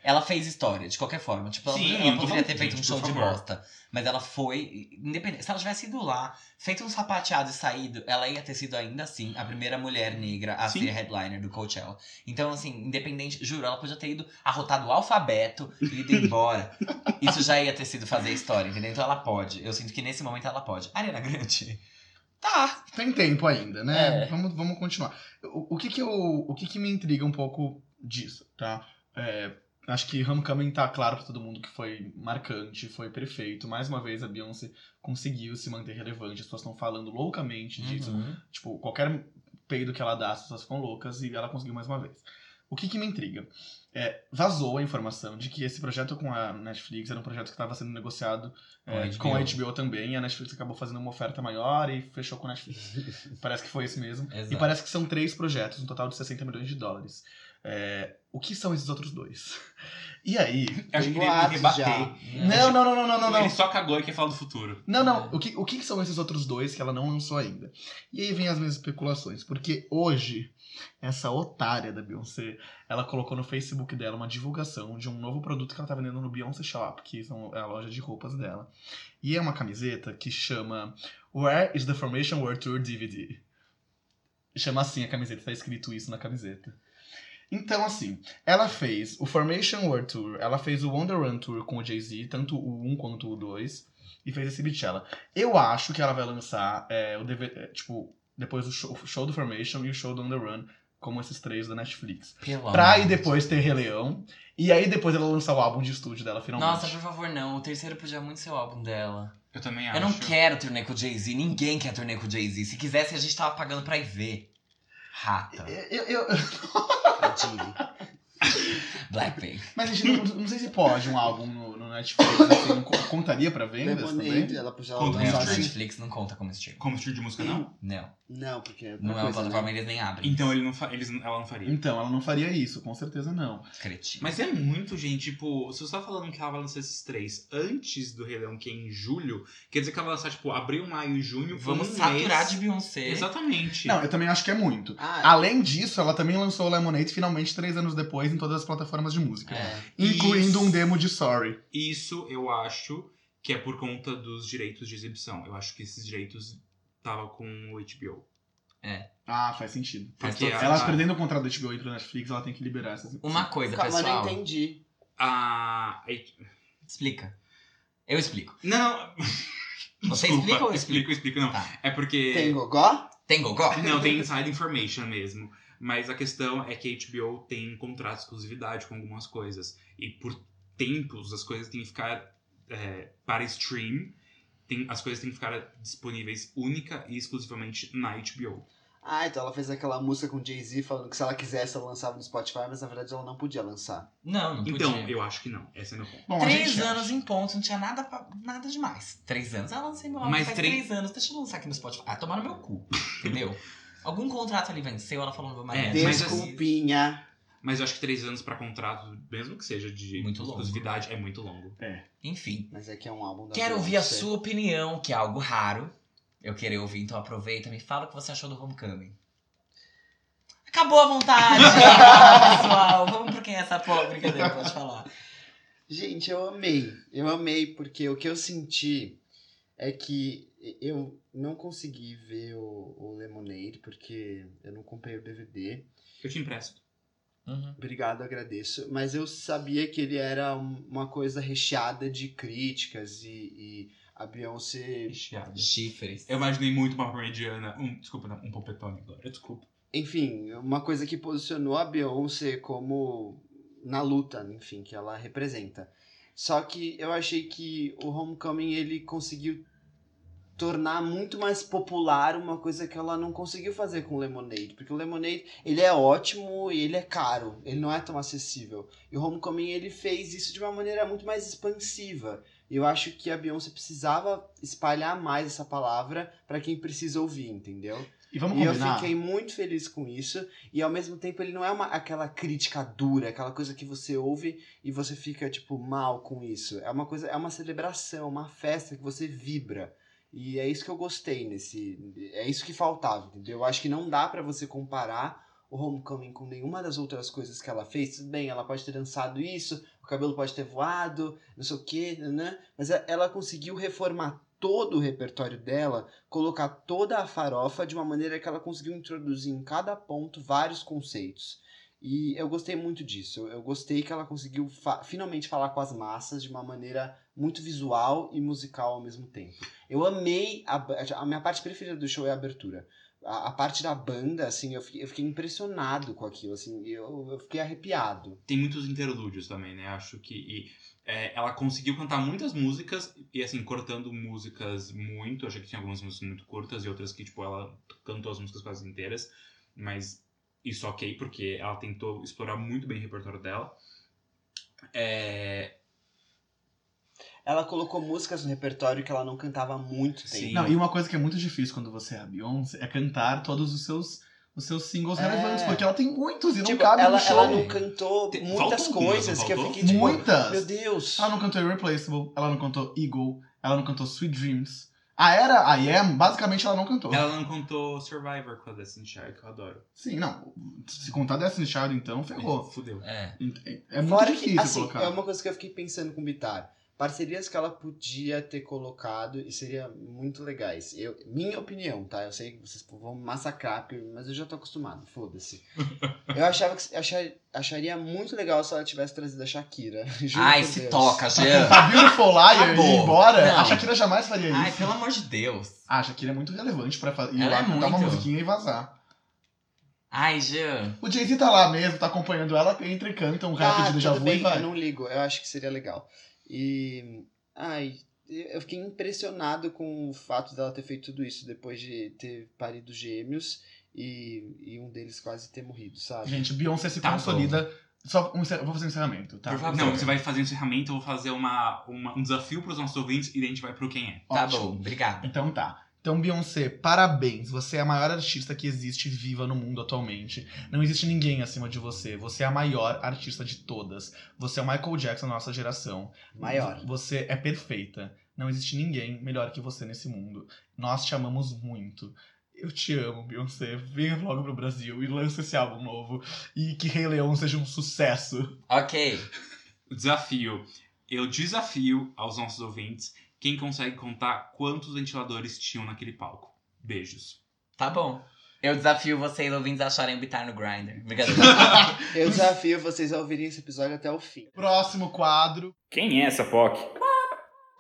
Ela fez história, de qualquer forma. Tipo, ela,
Sim,
ela
eu não tô
poderia
falando-
ter feito um
gente,
show
por
de
favor.
bosta. Mas ela foi. Independente. Se ela tivesse ido lá, feito um sapateado e saído, ela ia ter sido ainda assim a primeira mulher negra a
Sim.
ser headliner do Coachella. Então, assim, independente, juro, ela podia ter ido arrotado o alfabeto e ido
(laughs)
embora. Isso já ia ter sido fazer história, entendeu? Então ela pode. Eu sinto que nesse momento ela pode. Ariana Grande.
Tá.
Tem tempo ainda, né?
É.
Vamos, vamos continuar. O, o que que eu, o que que me intriga um pouco disso, tá? É, acho que Homecoming tá claro pra todo mundo que foi marcante, foi perfeito. Mais uma vez a Beyoncé conseguiu se manter relevante. As pessoas estão falando loucamente disso.
Uhum.
Tipo, qualquer peido que ela dá, as pessoas ficam loucas e ela conseguiu mais uma vez. O que, que me intriga? É, vazou a informação de que esse projeto com a Netflix era um projeto que estava sendo negociado
Com a
é,
HBO.
com a HBO também, e a Netflix acabou fazendo uma oferta maior e fechou com a
(laughs)
Netflix. parece que foi isso mesmo.
Exato.
E parece que são três projetos, um total de 60 milhões de dólares. É, o que são esses outros dois? (laughs) E aí?
Acho que ele ia
boatos
rebater.
já.
Não, não, não, não, não, não, não.
Ele só cagou e quer falar do futuro.
Não, não.
É.
O que, o que que são esses outros dois que ela não lançou ainda? E aí vem as minhas especulações. Porque hoje, essa otária da Beyoncé, ela colocou no Facebook dela uma divulgação de um novo produto que ela tá vendendo no Beyoncé Shop, que são, é a loja de roupas dela. E é uma camiseta que chama Where is the Formation World Tour DVD? Chama assim a camiseta, tá escrito isso na camiseta. Então, assim, ela fez o Formation World Tour, ela fez o Wonder Run Tour com o Jay-Z, tanto o 1 quanto o 2 e fez esse Beachella. Eu acho que ela vai lançar é, o DV é, tipo, depois o show, o show do Formation e o show do On The Run, como esses três da Netflix.
Pelo
pra aí
amor de
depois ter Rei Leão, e aí depois ela lançar o álbum de estúdio dela, finalmente.
Nossa, por favor, não. O terceiro podia muito ser o álbum dela.
Eu também acho.
Eu não quero turnê com o Jay-Z. Ninguém quer turnê com o Jay-Z. Se quisesse, a gente tava pagando pra ir ver. Rata.
Tá. Eu- eu- eu-
Tadinho. É.
Blackpink.
mas, gente, não, não sei se pode um álbum no, no Netflix, assim, co- contaria pra vendas
Lemonade,
também?
ela puxava
Conta
ela
isso,
lançava
gente.
assim.
Netflix não conta como stream.
Como estilo de música, não? um
Não.
Não, porque é outra
Não é uma
coisa,
plataforma,
né?
eles nem abrem.
Então ele não fa- eles, ela não faria.
Então, ela não faria isso, com certeza não.
Então, Cretino.
Mas é muito, gente. Tipo, se você tá falando que ela vai lançar esses três antes do Rei Leão, que é em julho, quer dizer que ela vai lançar, tipo, abril, maio e junho.
Vamos
um
saturar
mês.
de Beyoncé.
Exatamente.
Não, eu também acho que é muito.
Ah,
Além disso, ela também lançou o Lemonade finalmente três anos depois em todas as plataformas de música.
É.
Incluindo um
Isso.
demo de Sorry.
Isso eu acho que é por conta dos direitos de exibição. Eu acho que esses direitos tava com o HBO.
Ah, faz sentido.
Faz
Porque
todo
a,
Ela
a-
perdendo o contrato da HBO e do Netflix, ela tem que liberar essas.
Uma coisa,
calma, eu
pessoal.
não entendi.
a-
Explica. Eu explico.
Não, não.
Você
Desculpa,
explica ou eu explico?
explico? Explico, não.
Tá.
É porque.
Tem gogó?
Tem gogó?
Não, tem inside information mesmo. Mas a questão é que a HBO tem contrato de exclusividade com algumas coisas. E por tempos as coisas têm que ficar é, para stream. Tem, as coisas têm que ficar disponíveis única e exclusivamente na HBO.
Ah, então ela fez aquela música com Jay-Z falando que se ela quisesse ela lançava no Spotify, mas na verdade ela não podia lançar.
Não, não
Então,
podia.
eu acho que não. Esse é meu ponto.
Bom, a
Três
gente acha.
anos em ponto, não tinha nada, pra- nada demais. Três anos? Ah, lancei meu álbum
Mas
faz
três-
três anos, deixa eu lançar aqui no Spotify. Ah, tomar no meu cu, entendeu? Algum contrato ali venceu, ela falou, não vou mais
É,
nessa.
mas
Desculpinha.
Mas eu acho que três anos pra contrato, mesmo que seja de
Muito longo.
exclusividade, é muito longo.
Enfim,
Mas é que é um álbum da
quero ouvir a
Beyoncé.
sua opinião, que é algo raro. Eu querer ouvir, então aproveita, me fala o que você achou do Homecoming. Acabou a vontade, pessoal. Vamos pro quem é essa porra, brincadeira, pode falar.
Gente, eu amei. Eu amei, porque o que eu senti é que eu não consegui ver o, o Lemonade, porque eu não comprei o DVD.
Eu te empresto.
Uhum.
Obrigado, agradeço. Mas eu sabia que ele era um- uma coisa recheada de críticas e, e a Beyoncé.
Chifres.
Eu imaginei muito uma parmegiana. Um, desculpa, não, um popetone agora. Desculpa.
Enfim, uma coisa que posicionou a Beyoncé como na luta, enfim, que ela representa. Só que eu achei que o Homecoming ele conseguiu tornar muito mais popular uma coisa que ela não conseguiu fazer com o Lemonade, porque o Lemonade ele é ótimo e ele é caro, ele não é tão acessível. E o Homecoming ele fez isso de uma maneira muito mais expansiva. E Eu acho que a Beyoncé precisava espalhar mais essa palavra para quem precisa ouvir, entendeu?
E vamos
E eu
combinar.
fiquei muito feliz com isso. E ao mesmo tempo, ele não é uma, aquela crítica dura, aquela coisa que você ouve e você fica, tipo, mal com isso. É uma coisa, é uma celebração, uma festa que você vibra. E é isso que eu gostei nesse. É isso que faltava, entendeu? Eu acho que não dá pra você comparar o Homecoming com nenhuma das outras coisas que ela fez. Tudo bem, ela pode ter dançado isso, o cabelo pode ter voado, não sei o quê, né? Mas e- ela conseguiu reformar todo o repertório dela colocar toda a farofa de uma maneira que ela conseguiu introduzir em cada ponto vários conceitos. E eu gostei muito disso. Eu gostei que ela conseguiu fa- finalmente falar com as massas de uma maneira muito visual e musical ao mesmo tempo. Eu amei. A, ba- a minha parte preferida do show é a abertura. A, a parte da banda, assim, eu fiquei, eu fiquei impressionado com aquilo, assim, eu, eu fiquei arrepiado.
tem muitos interlúdios também, né? Acho que e, é, ela conseguiu cantar muitas músicas e, assim, cortando músicas muito. Achei que tinha algumas músicas muito curtas e outras que, tipo, ela cantou as músicas quase inteiras. Mas isso ok, porque ela tentou explorar muito bem o repertório dela. É,
Ela colocou músicas no repertório que ela não cantava há muito
Sim.
tempo.
Não, e uma coisa que é muito difícil quando você é a Beyoncé é cantar todos os seus, os seus singles
É.
relevantes, porque ela tem muitos e não
Tipo,
cabe
ela,
no show.
ela não cantou
Tem-
muitas
faltam algumas,
coisas
não
que eu
faltou?
fiquei tipo,
Muitas.
meu Deus.
Ela não cantou Irreplaceable, ela não cantou Eagle, ela não cantou Sweet Dreams. A era I Am, basicamente ela não cantou.
ela não cantou Survivor com a Destiny Child, que eu adoro.
Sim, não. Se contar Destiny Child, então, ferrou.
Fudeu.
É.
É muito
Fora
difícil
que, assim,
colocar.
é uma coisa que eu fiquei pensando com o Bitar. Parcerias que ela podia ter colocado e seria muito legais. Eu, minha opinião, tá? Eu sei que vocês vão me massacrar, porque- mas eu já tô acostumado, foda-se. Eu achava que achar- acharia muito legal se ela tivesse trazido a Shakira. (laughs) juro
Ai,
por
se
Deus.
toca,
(laughs)
Jean.
Tá Beautiful Liar e
Acabou.
ir embora?
Não.
A Shakira jamais faria isso.
Ai, pelo amor de Deus.
A Shakira é muito relevante pra fa- ir
Ela
lá
é
cantar uma
muito.
musiquinha e vazar.
Ai, Jean.
O Jay-Z tá lá mesmo, tá acompanhando ela, entra e canta um rap
Tá,
Ah,
de déjà
tudo
vu e
bem, eu
vai.
não ligo. Eu acho que seria legal. E. Ai, eu fiquei impressionado com o fato dela ter feito tudo isso depois de ter parido gêmeos e, e um deles quase ter morrido, sabe?
Gente, Beyoncé se
Tá bom.
consolida. Só um encer- vou fazer um encerramento, tá?
Por favor.
Não, você vai fazer um encerramento, eu vou fazer uma, uma- um desafio pros nossos ouvintes e daí a gente vai pro quem é.
Tá
Ótimo.
bom, obrigada.
Então tá. Então, Beyoncé, parabéns. Você é a maior artista que existe viva no mundo atualmente. Não existe ninguém acima de você. Você é a maior artista de todas. Você é o Michael Jackson da nossa geração. (laughs)
Maior.
Você é perfeita. Não existe ninguém melhor que você nesse mundo. Nós te amamos muito. Eu te amo, Beyoncé. Venha logo pro Brasil e lança esse álbum novo. E que Rei Leão seja um sucesso.
Ok.
O desafio. Eu desafio aos nossos ouvintes quem consegue contar quantos ventiladores tinham naquele palco. Beijos.
Tá bom. Eu desafio vocês ouvintes a acharem o Bitar no Grindr. Obrigado.
Eu desafio vocês a ouvirem esse episódio até o fim.
Próximo quadro.
Quem é essa POC?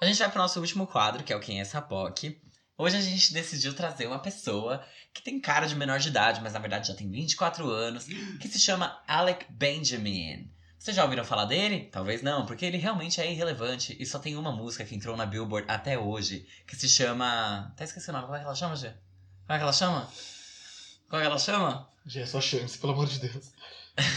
A gente vai pro nosso último quadro, que é o Quem é essa POC. Hoje a gente decidiu trazer uma pessoa que tem cara de menor de idade, mas na verdade já tem 24 anos, que se chama Alec Benjamin. Vocês já ouviram falar dele? Talvez não, porque ele realmente é irrelevante e só tem uma música que entrou na Billboard até hoje, que se chama. Tá esquecendo o nome, como é que ela chama, Gê? Como é que ela chama? Como é que ela chama?
Já é sua chance, pelo amor de Deus.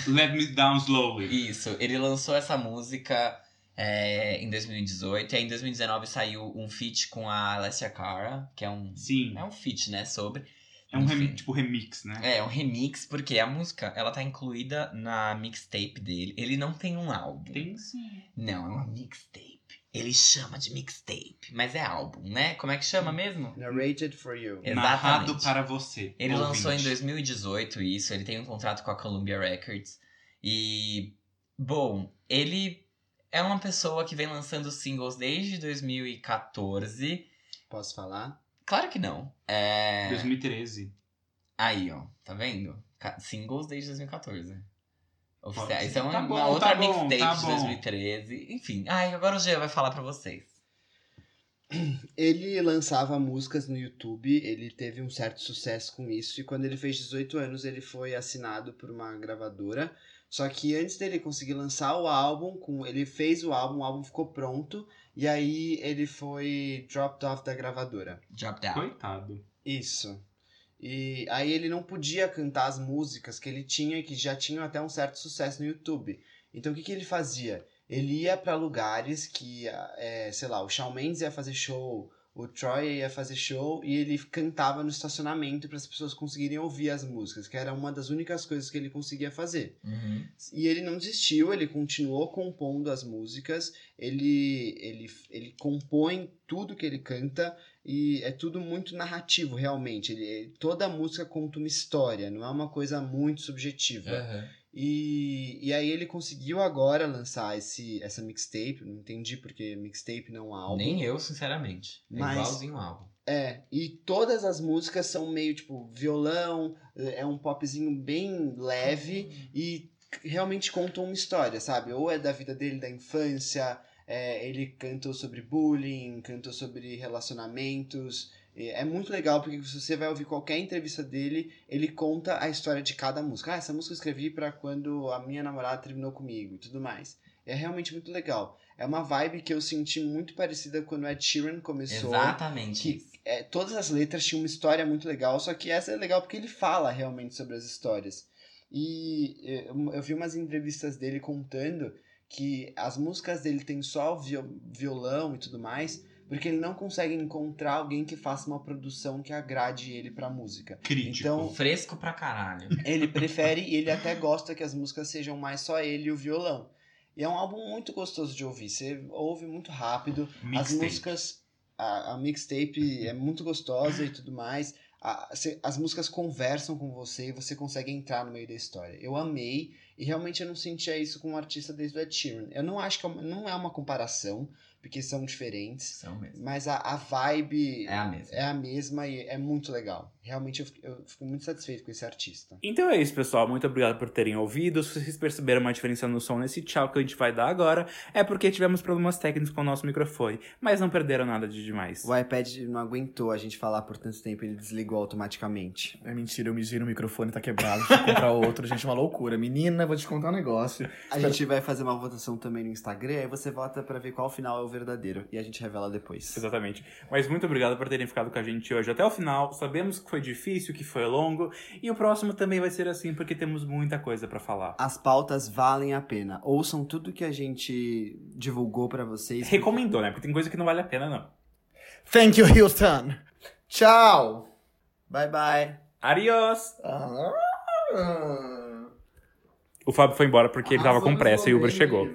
Let me down slowly.
Isso, ele lançou essa música é, em 2018, e aí em 2019 saiu um feat com a Alessia Cara, que é um.
Sim.
É um feat, né? Sobre.
É um
Enfim.
remi- tipo remix, né?
É, um remix, porque a música ela tá incluída na mixtape dele. Ele não tem um álbum.
Tem sim.
Não, é uma mixtape. Ele chama de mixtape, mas é álbum, né? Como é que chama mesmo?
Narrated for you.
Exatamente.
Narrado para você.
Ele lançou em
ouvinte.
2018 isso, ele tem um contrato com a Columbia Records. E, bom, ele é uma pessoa que vem lançando singles desde 2014.
Posso falar?
Claro que não. É.
2013.
Aí, ó, tá vendo? Ca- Singles desde 2014. Oficial.
Pode-
Isso é uma,
tá bom,
uma
tá
outra
bom,
mixtape
tá
de
bom.
2013. Enfim, ai, agora o G vai falar pra vocês.
Ele lançava músicas no YouTube, ele teve um certo sucesso com isso, e quando ele fez 18 anos, ele foi assinado por uma gravadora. Só que antes dele conseguir lançar o álbum, com ele fez o álbum, o álbum ficou pronto, e aí ele foi dropped off da gravadora.
Drop down.
Coitado.
Isso. E aí ele não podia cantar as músicas que ele tinha, que já tinham até um certo sucesso no YouTube. Então o que, que ele fazia? Ele ia pra lugares que, ah, é, sei lá, o Shawn Mendes ia fazer show, o Troy ia fazer show e ele cantava no estacionamento para as pessoas conseguirem ouvir as músicas, que era uma das únicas coisas que ele conseguia fazer.
Uhum.
E ele não desistiu, ele continuou compondo as músicas, ele, ele, ele compõe tudo que ele canta e é tudo muito narrativo, realmente. Ele- ele- toda música conta uma história, não é uma coisa muito subjetiva. E, e aí ele conseguiu agora lançar esse, essa mixtape, não entendi porque mixtape não é um álbum.
Nem eu, sinceramente. É
Mas-
igualzinho o álbum.
É, e todas as músicas são meio tipo violão, é um popzinho bem leve e realmente contam uma história, sabe? Ou é da vida dele, da infância, é, ele cantou sobre bullying, cantou sobre relacionamentos. E É muito legal porque se você vai ouvir qualquer entrevista dele, ele conta a história de cada música. Ah, essa música eu escrevi pra quando a minha namorada terminou comigo e tudo mais. É realmente muito legal. É uma vibe que eu senti muito parecida quando o Ed Sheeran começou.
Exatamente.
que-
isso.
É, todas as letras tinham uma história muito legal, só que essa é legal porque ele fala realmente sobre as histórias. E eh, eu, eu vi umas entrevistas dele contando que as músicas dele tem só viol- violão e tudo mais, porque ele não consegue encontrar alguém que faça uma produção que agrade ele pra música.
Crítico.
Então,
Fresco pra caralho.
ele prefere e ele até gosta que as músicas sejam mais só ele e o violão. E é um álbum muito gostoso de ouvir, você ouve muito rápido. As
Mixtape.
músicas, a, a mixtape é muito gostosa e tudo mais. A- cê- as músicas conversam com você e você consegue entrar no meio da história. Eu amei e realmente eu não sentia isso com um artista desde o Ed Sheeran. Eu não acho que é uma- não é uma comparação, porque são diferentes,
São mesmo.
mas a, a vibe
É a mesma.
é a mesma e é muito legal. Realmente eu, fico- eu fico muito satisfeito com esse artista.
Então é isso, pessoal. Muito obrigado por terem ouvido. Se vocês perceberam uma diferença no som nesse tchau que a gente vai dar agora, é porque tivemos problemas técnicos com o nosso microfone, mas não perderam nada de demais.
iPad não aguentou a gente falar por tanto tempo, ele desligou automaticamente.
É mentira, eu me giro, o microfone tá quebrado, deixa eu
(laughs)
comprar outro, gente, é uma loucura. Menina, vou te contar um negócio.
A gente vai fazer uma votação também no Instagram, aí você vota pra ver qual final é o verdadeiro. E a gente revela depois.
Exatamente. Mas muito obrigado por terem ficado com a gente hoje até o final. Sabemos que foi difícil, que foi longo, e o próximo também vai ser assim porque temos muita coisa pra
Ah,
falar.
As pautas valem a pena. Ouçam tudo que a gente divulgou pra vocês.
Recomendou, né? Porque tem coisa que não vale a pena, não.
Thank you, Houston!
Tchau! Bye bye!
Adiós! O Fábio foi embora porque ele tava com pressa e o Uber chegou.